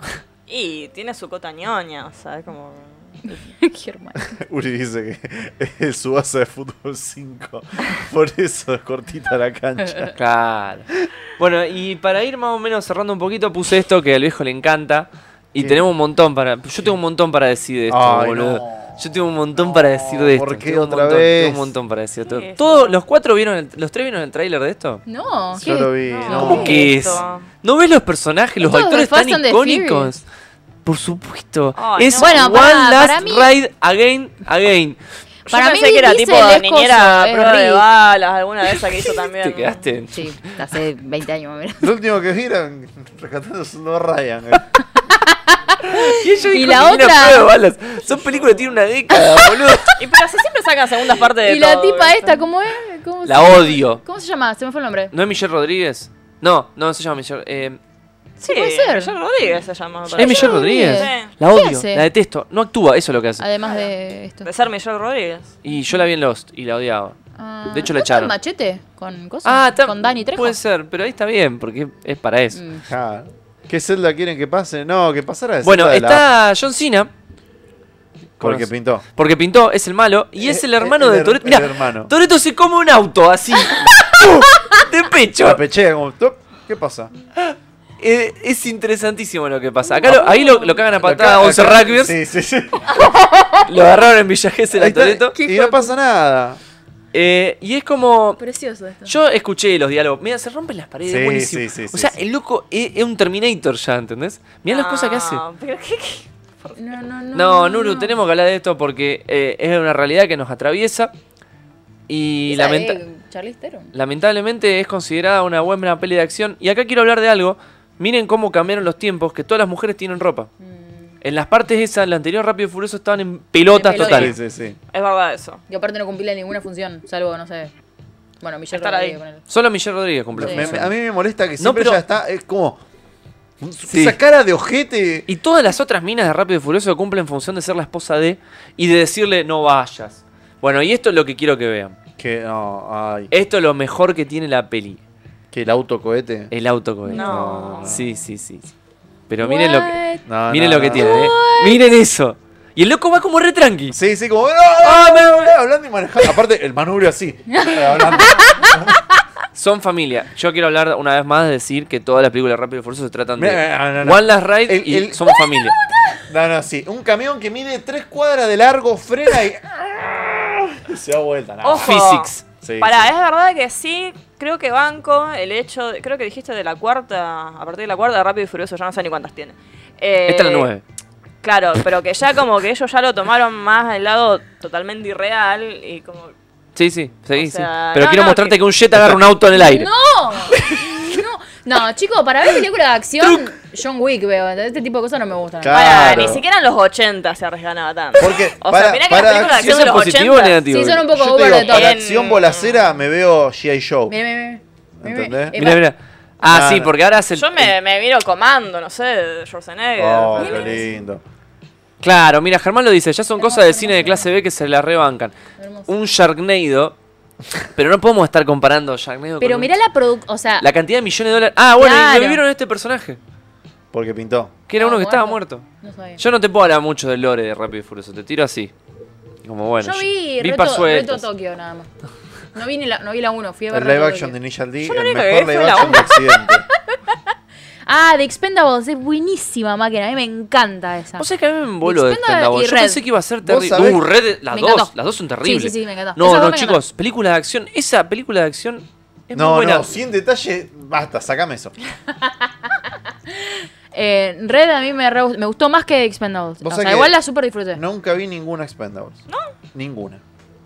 D: está. Y tiene su cota ñoña, o sea, es como...
C: Qué hermano.
B: Uri dice que [laughs] es su base de fútbol 5. [laughs] Por eso es cortita la cancha.
A: Claro. Bueno, y para ir más o menos cerrando un poquito, puse esto que al viejo le encanta. Y
B: ¿Qué?
A: tenemos un montón para. Yo tengo un montón para decir de esto,
B: Ay,
A: boludo.
B: no.
A: Yo tengo un montón para decir de esto.
B: ¿por qué
A: tengo un
B: otra
A: montón,
B: vez?
A: Tengo un montón para decir de
D: ¿Qué
A: esto.
D: es
A: ¿Todos,
D: esto?
A: ¿Los cuatro vieron el- los tres vieron el tráiler de esto?
C: No,
B: Yo
C: ¿qué?
B: lo vi, no.
A: ¿Cómo que es?
D: esto.
A: ¿No ves los personajes, los
C: Esto es de
A: actores tan
C: Fast and the
A: icónicos? Por supuesto.
D: Ay,
A: es
D: no.
A: One
D: Bueno,
C: para-
A: Last
C: para mí-
A: Ride Again, Again.
D: Yo
C: Para
D: pensé
C: mí
D: que era
C: dice
D: tipo
C: el escozo,
D: niñera
C: es
D: prueba de
C: Rick.
D: balas, alguna de esas
C: [laughs]
D: que hizo también.
A: ¿Te quedaste?
C: Sí, hace 20 años más o menos.
B: Lo último que giran [laughs] rescatando son dos Ryan.
A: Y, ella
C: [laughs] Y
A: dijo
C: la
A: que tiene
C: otra-
A: prueba de balas. Son películas que tienen una década,
C: [laughs]
A: boludo.
D: Y pero así siempre sacan segundas partes de
C: Y la
D: todo,
C: tipa
D: ¿viste?
C: esta, ¿cómo es? ¿Cómo
A: La
C: se-
A: odio.
C: ¿Cómo se llama? Se me fue el nombre.
A: ¿No es Michelle Rodríguez? No, no se llama Michelle. eh,
D: Sí,
C: puede ser.
D: Michelle Rodríguez se llama. me
A: es
D: parece.
A: Michelle Rodríguez.
D: Rodríguez.
A: La
C: ¿Qué
A: odio,
C: hace?
A: la detesto. No actúa, eso es lo que hace.
C: Además de esto.
D: De ser Michelle Rodríguez.
A: Y yo la vi en Lost y la odiaba.
C: Ah,
A: de hecho, la
C: ¿no está
A: echaron.
C: en machete? ¿Con cosas?
A: ta-
C: ¿Con Dani Trejo?
A: Puede ser, pero ahí está bien, porque es para eso.
C: Mm.
B: [laughs] Ja. ¿Qué celda quieren que pase? No, que pasara de
A: Bueno,
B: celda de la-
A: está John Cena,
B: Porque
A: Conoce.
B: pintó.
A: porque pintó, es el malo, y es
B: Eh,
A: el hermano
B: el
A: de
B: her-
A: Toreto.
B: el
A: Mira,
B: hermano.
A: Toreto se come un auto
B: [laughs]
A: así. ¡pum! de pecho.
B: La pechea como... "Tup". ¿Qué pasa?
A: Eh, es interesantísimo lo que pasa. Acá lo- ahí lo, lo cagan a patada
B: Acá-
A: 11
B: acá-
A: rugbyers.
B: Sí, [laughs] sí, sí.
A: Lo agarraron en Villa Gesell
B: Ahí
A: a
B: está.
A: Toreto.
C: ¿Qué
B: Y
C: hijo de
B: no pasa nada.
A: Eh, y es como.
C: Precioso esto.
A: Yo escuché los diálogos. Mira, se rompen las paredes.
B: Sí,
A: buenísimo.
B: sí, sí,
A: o
B: sí,
A: sea,
B: sí.
A: el loco es, es un Terminator ya, ¿entendés? Mira las cosas que hace.
D: Ah, pero qué- qué-
C: No, no, no.
A: No, Nuru, tenemos que hablar de esto porque eh, es una realidad que nos atraviesa. Y
C: Esa
A: lamenta-
C: de Charlize Theron.
A: lamentablemente es considerada una buena peli de acción. Y acá quiero hablar de algo. Miren cómo cambiaron los tiempos, que todas las mujeres tienen ropa.
C: Mm.
A: En las partes esas, la anterior Rápido y Furioso estaban en pelotas
C: En pelota.
A: total.
B: Sí, sí, sí.
D: Es verdad eso.
C: Y aparte no cumplía ninguna función, salvo, no sé. Bueno, Michelle
D: Estar ahí.
C: Rodríguez, ponele.
A: Solo Michelle Rodríguez cumplió.
C: Sí.
B: Me- me- a mí me molesta que
A: No,
B: siempre
A: pero-
B: ella está... Es como...
A: Sí.
B: Esa cara de ojete...
A: Y todas las otras minas de Rápido y Furioso cumplen función de ser la esposa de y de decirle no vayas. Bueno, y esto es lo que quiero que vean.
B: Que no, ay.
A: Esto es lo mejor que tiene la peli.
B: Que el autocohete.
A: El autocohete.
D: No.
A: Sí, sí, sí. Pero miren lo que,
C: What?
B: No,
A: miren
B: no,
A: lo que
B: no.
A: tiene, ¿eh? Miren eso. Y el loco va como re tranqui.
B: Sí, sí, como. ¡No,
A: Ah, me
B: no, no", hablando y manejando. Aparte, el
A: [laughs]
B: manubrio así. hablando.
A: Son familia. Yo quiero hablar una vez más de decir que todas las películas de Rápido y Furioso se tratan de
B: Mira, mira, no, no, no.
A: One Last Ride
B: El-
A: y
B: el-
A: somos familia.
B: No, no, sí. Un camión que mide tres cuadras de largo, frena y. y [laughs] se da vuelta. nada.
D: Ojo.
A: Ah, Physics.
B: Sí,
D: Pará,
B: sí.
D: es verdad que sí, creo que banco el hecho, de- creo que dijiste de la cuarta, a partir de la cuarta, Rápido y Furioso, ya no sé ni cuántas tiene. Eh,
A: Esta es la nueve.
D: Claro, pero que ya como que ellos ya lo tomaron más del lado totalmente irreal y como...
A: Sí, sí, seguí,
D: O sea,
A: sí. Pero
D: no,
A: quiero
D: no,
A: mostrarte que...
D: que-
A: un jet agarra un auto en el aire.
C: ¡No! No, no, chicos, para ver películas de acción, John Wick veo. Este tipo de cosas no me gustan.
B: Claro.
D: Pará, ni siquiera en los 80 se arriesgaba tanto.
B: Porque,
D: O
B: para-
D: sea, mirá que
B: para
D: las películas de
A: Si
D: acción
A: eso
D: de
A: es
D: los
A: positivo o
D: 80...
A: negativo.
C: Sí, son un poco
B: Yo te
C: over
B: digo,
C: the top.
B: para
D: En-
B: acción bolacera me veo G.I. Show.
C: Mira, mira, mira. Eh,
B: ¿Entendés?
A: Mira, mira. Ah,
B: Nada.
A: sí, porque ahora hace. el-
D: Yo me, me miro comando, no sé, de Schwarzenegger.
B: Oh,
D: pero-
B: qué lindo.
A: Claro, mira, Germán lo dice, ya son cosas de cine de clase B que se la rebancan.
C: Hermoso.
A: Un Sharknado, pero no podemos estar comparando Sharknado
C: Pero
A: con
C: mirá la producción, o sea,
A: la cantidad de millones de dólares. Ah, bueno, y
C: Claro.
A: revivieron a este personaje,
B: Porque pintó.
A: que era
C: Ah,
A: uno que estaba
C: muerto.
A: muerto.
C: no sabía.
A: Yo no te puedo hablar mucho del lore de Rápido y Furioso, te tiro así. Como bueno.
C: Yo vi, Reto,
A: parzueltas.
C: Reto Tokio nada más. No vi, ni la, no vi la 1, fui a ver
B: El live
C: Reto
B: action de
C: Tokio.
B: Initial D,
D: Yo lo
B: el
D: único que
B: mejor
D: vi
B: live
D: fue la
B: action de Occidente.
C: Ah, The Expendables, es buenísima máquina, a mí me encanta esa.
A: Vos sabés que a mí me envoló de
C: Expendables
A: Expendables.
C: y
A: Yo
C: Red.
A: pensé que iba a ser
B: sabés-
A: terrible. Uh, Red, las
C: Me
A: dos,
C: encantó.
A: las dos son terribles.
C: Sí, sí, sí, me encantó.
A: No,
C: Esas dos
A: no,
C: me
A: chicos, películas de acción. Esa película de acción es muy
B: No,
A: buena.
B: no, sin detalle, basta, sacame eso.
C: Eh, Red a mí me, re gust- me gustó más que The Expendables.
B: Vos
C: O
B: sabés
C: sea,
B: que
C: igual la super disfruté.
B: Nunca vi ninguna Expendables. ¿No? Ninguna.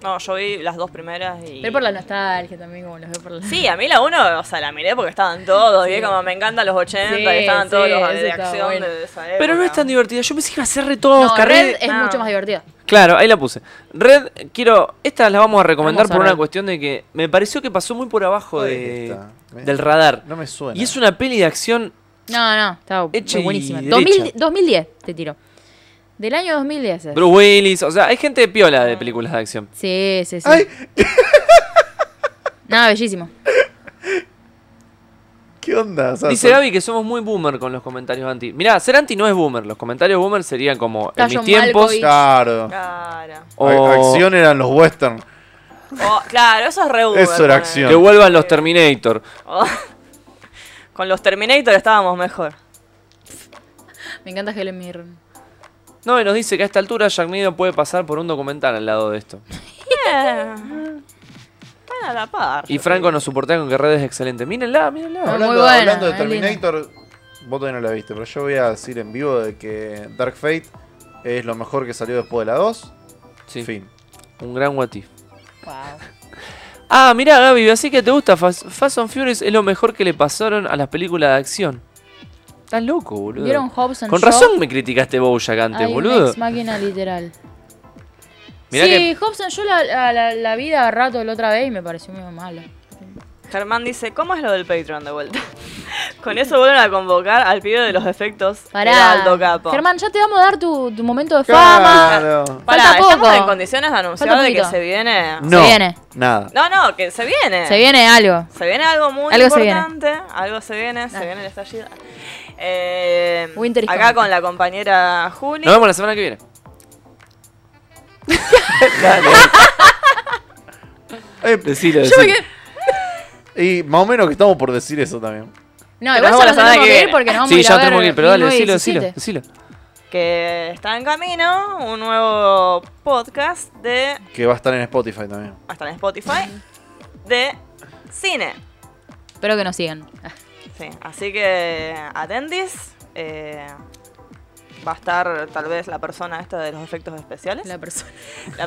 D: No, yo vi las dos primeras y...
C: Pero por la nostalgia también, como los veo por la...
D: Sí, a mí la uno, o sea, la miré porque estaban todos, y es como me encantan los 80
C: Sí,
D: y estaban
C: sí,
D: todos los
C: eso
D: de
C: estaba
D: acción
C: bueno.
D: de esa época.
A: Pero no es tan divertida. Yo pensé que iba a ser re
C: No,
A: tosca, re-
C: Red es
D: no.
C: mucho más divertida.
A: Claro, ahí la puse. Red, quiero. Estas las vamos a recomendar
C: Vamos a
A: por
C: Red.
A: una cuestión de que me pareció que pasó muy por abajo
B: Ay,
A: de,
B: esta, me-
A: del radar.
B: ¿eh? No me suena.
A: Y es una peli de acción.
C: No, no, estaba
A: Hecha y
C: buenísima.
A: derecha.
C: 2000 2010, te tiro. Del año 2010. es.
A: Bruce Willis, o sea, hay gente de piola de películas de acción.
C: Sí, sí, sí.
B: ¡Ay!
C: Nada, bellísimo.
B: ¿Qué onda? O sea,
A: Dice
B: son-
A: Gaby que somos muy boomer con los comentarios anti. Mirá, ser anti no es boomer. Los comentarios boomer serían como
C: Está
A: en mis
C: John
A: tiempos.
C: Malkovich.
B: Claro.
D: Cara.
A: O-
B: A- Acción eran los western.
D: Oh, claro, eso es re Uber,
B: Eso era
D: ponele.
B: acción.
A: Que vuelvan los Terminator.
D: Oh, Con los Terminator
A: [laughs]
D: estábamos mejor.
C: Me encanta Helen Mirren.
A: No, y nos dice que a esta altura Sharknado puede pasar por un documental al lado de esto.
D: Bien. Están a la par.
A: Y Franco nos soporta con que Red es excelente. Mírenla, mírenla.
C: Muy
B: Hablando,
C: buena,
B: hablando de
C: es linda.
B: Terminator, vos todavía no la viste, pero yo voy a decir en vivo de que Dark Fate es lo mejor que salió después de la 2.
A: Sí.
B: Fin.
A: Un gran what if.
C: Wow.
A: Ah, mirá, Gaby, así que te gusta. Fast, Fast and Furious es lo mejor que le pasaron a las películas de acción. Estás loco, boludo.
C: ¿Vieron Hobbs and
A: Con
C: Shaw?
A: razón me criticaste Bojack antes,
C: Ay, un
A: boludo.
C: Ex máquina literal.
A: Mirá
C: sí,
A: que-
C: Hobson, yo la, la, la, la vi de a rato la otra vez y me pareció muy mala.
D: Germán dice, ¿cómo es lo del Patreon de vuelta? [laughs] Con eso vuelven a convocar al pibe de los efectos.
C: Pará.
D: Geraldo Capo.
C: Germán, ya te vamos a dar tu, tu momento de fama.
B: Claro.
D: Pará,
C: falta
D: ¿estamos
C: poco.
D: en condiciones de anunciar
C: Falta
D: de que
C: poquito.
D: se Eh. viene?
B: No.
C: Se viene.
B: Nada.
D: No, no, que se viene.
C: Se viene algo.
D: Se viene algo muy
C: Algo se viene.
D: importante. Algo se viene, se
C: Dale.
D: viene el estallido. Eh,
C: Winter is
D: acá
C: coming.
D: con la compañera Juli.
A: Nos vemos la semana que viene.
B: Eh,
A: Decilo,
C: Yo me
A: decilo.
C: quedé-
B: y más o menos que estamos por decir eso también.
C: No,
D: Nos
C: igual ya
D: vemos la
C: nos
D: semana
C: tenemos
D: que
C: que ir
D: viene.
C: porque nos vamos a
A: Sí,
C: ir
A: ya
C: a ver
A: tenemos que ir, pero dale, decilo, decilo,
C: 1917.
A: decilo.
D: que está en camino un nuevo podcast de
B: Que va a estar en Spotify también.
D: hasta en Spotify de cine.
C: Espero que nos sigan. [laughs]
D: Sí, así que atendis. eh, va a estar tal vez la persona esta de los efectos especiales.
C: La
D: La,
C: persona.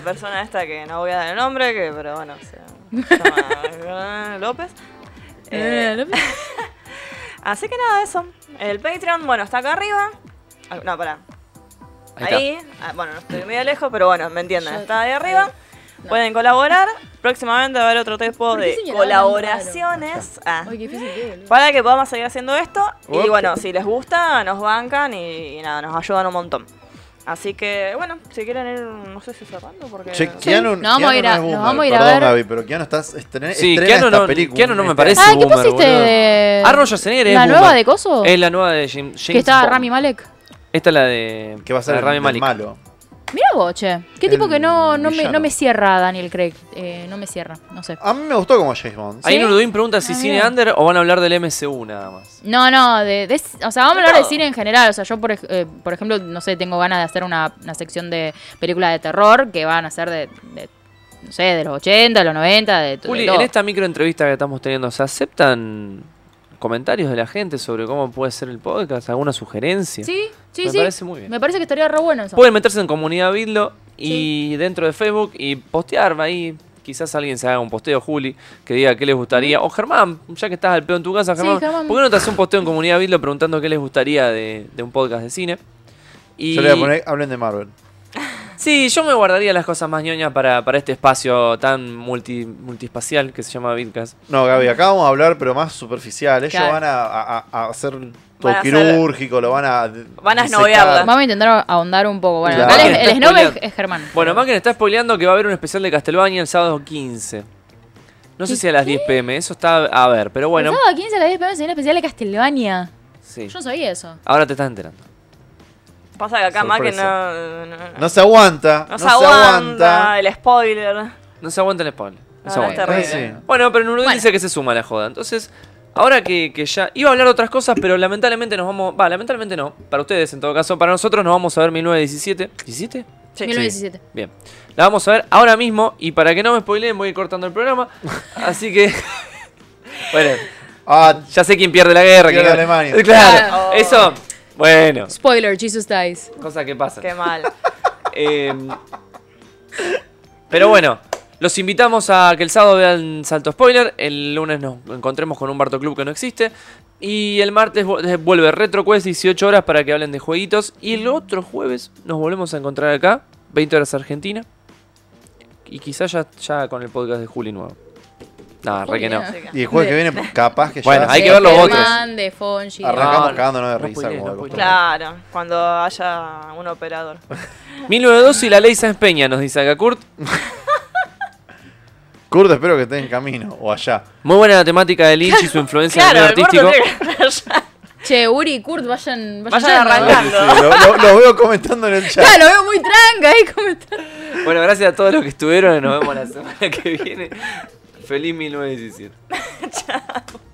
D: persona esta que no voy a dar el nombre, que pero bueno, se llama López. Eh,
A: [laughs]
D: así que nada, eso. El Patreon, bueno, está acá arriba. Ah, No, pará.
A: Ahí está.
D: Ahí, ah, bueno, no estoy medio lejos, pero bueno, me entienden,
C: Yo-
D: está ahí arriba.
C: No.
D: Pueden colaborar. Próximamente va a haber otro tipo
C: ¿Por qué
D: de
C: señalaban
D: colaboraciones. Ah,
C: Ay, qué difícil que, boludo.
D: para que podamos seguir haciendo esto. Y
B: Ups.
D: bueno, si les gusta, nos bancan y, y nada, nos ayudan un montón. Así que, bueno, si quieren ir, no sé si cerrando, porque.
B: Che, Keanu,
C: Nos vamos
B: Keanu
C: a ir
B: no
C: a-
B: es
C: nos
B: boomer,
C: vamos a ir a
B: perdón,
C: ver-
B: Gaby, pero Keanu estás estrena,
A: Sí,
B: estrena
A: Keanu
B: esta
A: no-
B: película.
A: Keanu no me
B: Este-
A: parece.
C: Ay, ¿qué
A: boomer,
C: pusiste
A: boludo.
C: de.
A: Arnold Schwarzenegger es
C: ¿La nueva
A: boomer.
C: de Coso?
A: Es la nueva de Jim- James,
C: Oh. que está
A: Bond.
C: Rami Malek.
A: Esta es la de.
B: Que va a ser
A: la de Rami
B: el
A: Malek.
B: malo.
C: Mira vos, che. Qué
B: El
C: tipo que no, no, me,
B: villano.
C: no me cierra Daniel Craig. Eh, no me cierra, no sé.
B: A mí me gustó como James Bond.
A: Ahí
C: ¿Sí?
A: Nurudin pregunta si
C: Ah,
A: cine
C: mirá.
A: under o van a hablar del MCU nada más.
C: No, no, de, de- o sea, vamos a hablar de
D: No.
C: cine en general. O sea, yo, por, ej- eh, por ejemplo, no sé, tengo ganas de hacer una, una sección de películas de terror que van a ser de, de, no sé, de los 80, de los 90, de, to- de
A: Juli,
C: todo.
A: en esta microentrevista que estamos teniendo, ¿se aceptan comentarios de la gente sobre cómo puede ser el podcast? ¿Alguna sugerencia?
C: Sí, sí,
A: Me
C: sí.
A: parece muy bien.
C: Me parece que estaría re bueno eso.
A: Pueden meterse en comunidad Vidlo y dentro de Facebook y postear ahí. Quizás alguien se haga un posteo, Juli, que diga qué les gustaría. O Germán, ya que estás al pedo en tu casa,
C: Sí,
A: Germán,
C: Germán.
A: ¿por qué no te haces un posteo en comunidad Vidlo preguntando qué les gustaría de, de un podcast de cine? Y
B: Yo le voy a poner, hablen de Marvel.
A: Sí, yo me guardaría las cosas más ñoñas para, para este espacio tan multi, multiespacial que se llama Vidcast.
B: No, Gaby, acá vamos a hablar, pero más superficial. Ellos
C: Claro.
B: van a, a- a- a hacer todo
D: a hacer-
B: quirúrgico, lo van a.
D: Van a
B: disecar.
D: esnovearla.
C: Vamos a intentar ahondar un poco. Bueno,
B: Claro.
C: acá el,
A: Está
C: el snob es,
A: spoileando.
C: es Germán.
A: Bueno, Manken está spoileando que va a haber un especial de Castlevania el sábado 15. No sé si a las 10 pm, eso está a ver, pero bueno.
C: El sábado 15 a las 10 pm se viene especial de Castelvania.
A: Sí.
C: Yo no sabía eso.
A: Ahora te estás enterando.
D: Pasa que acá más que
B: Sorpresa.
D: no. No,
B: No se aguanta. No, se aguanta.
D: el spoiler.
A: No se aguanta el spoiler. No
D: No,
A: se
D: no,
A: aguanta.
D: está
B: Ah,
D: re
B: sí.
D: bien.
A: Bueno, pero Nurudin
C: Bueno.
A: dice que se suma a la joda. Entonces, ahora que, que ya iba a hablar otras cosas, pero lamentablemente nos vamos. Va, lamentablemente no. Para ustedes, en todo caso, para nosotros nos vamos a ver 1917. ¿17?
D: Sí.
C: 1917.
A: Bien. La vamos a ver ahora mismo. Y para que no me spoileen, voy a ir cortando el programa. Así que. [laughs] bueno,
B: Ah,
A: ya sé quién pierde la guerra.
B: Pierde
A: quién-
B: Alemania.
A: [laughs] Claro.
D: Oh.
A: Eso. Bueno,
C: Spoiler, Jesus Dies.
A: cosas que pasan.
D: Qué mal.
A: Eh, pero bueno, los invitamos a que el sábado vean Salto Spoiler. El lunes nos encontremos con un Barto Club que no existe. Y el martes vu- eh, vuelve RetroQuest 18 horas para que hablen de jueguitos. Y el otro jueves nos volvemos a encontrar acá, 20 horas Argentina. Y quizás ya, ya con el podcast de Juli nuevo. Nada, re que no.
C: Juli,
B: y el jueves que viene, capaz que
A: Bueno,
B: ya.
A: hay que ver los
C: De
A: otros.
C: Germán, de Fonji. de-
A: Arranca-
B: Arrancamos
A: No,
B: cagándonos de
A: no
B: risa.
A: spoilees,
B: como
A: no
B: de
A: spoilees.
B: costumbre.
D: Claro, cuando haya un operador.
A: 1902 y la ley Sáenz Peña, nos dice acá Kurt.
B: Kurt, espero que esté en camino o allá.
A: Muy buena la temática de Lynch y su influencia en el
D: Claro, el
A: medio
D: gordo
A: artístico.
D: tiene que [laughs] estar allá.
C: Che, Uri y Kurt, vayan.
D: Vayan
C: yendo.
D: arrancando.
B: Sí, sí, lo, lo- lo veo comentando en el chat.
C: Claro, lo veo muy tranca ahí como está.
A: Bueno, gracias a todos los que estuvieron. Nos vemos la semana que viene. Feliz 1917.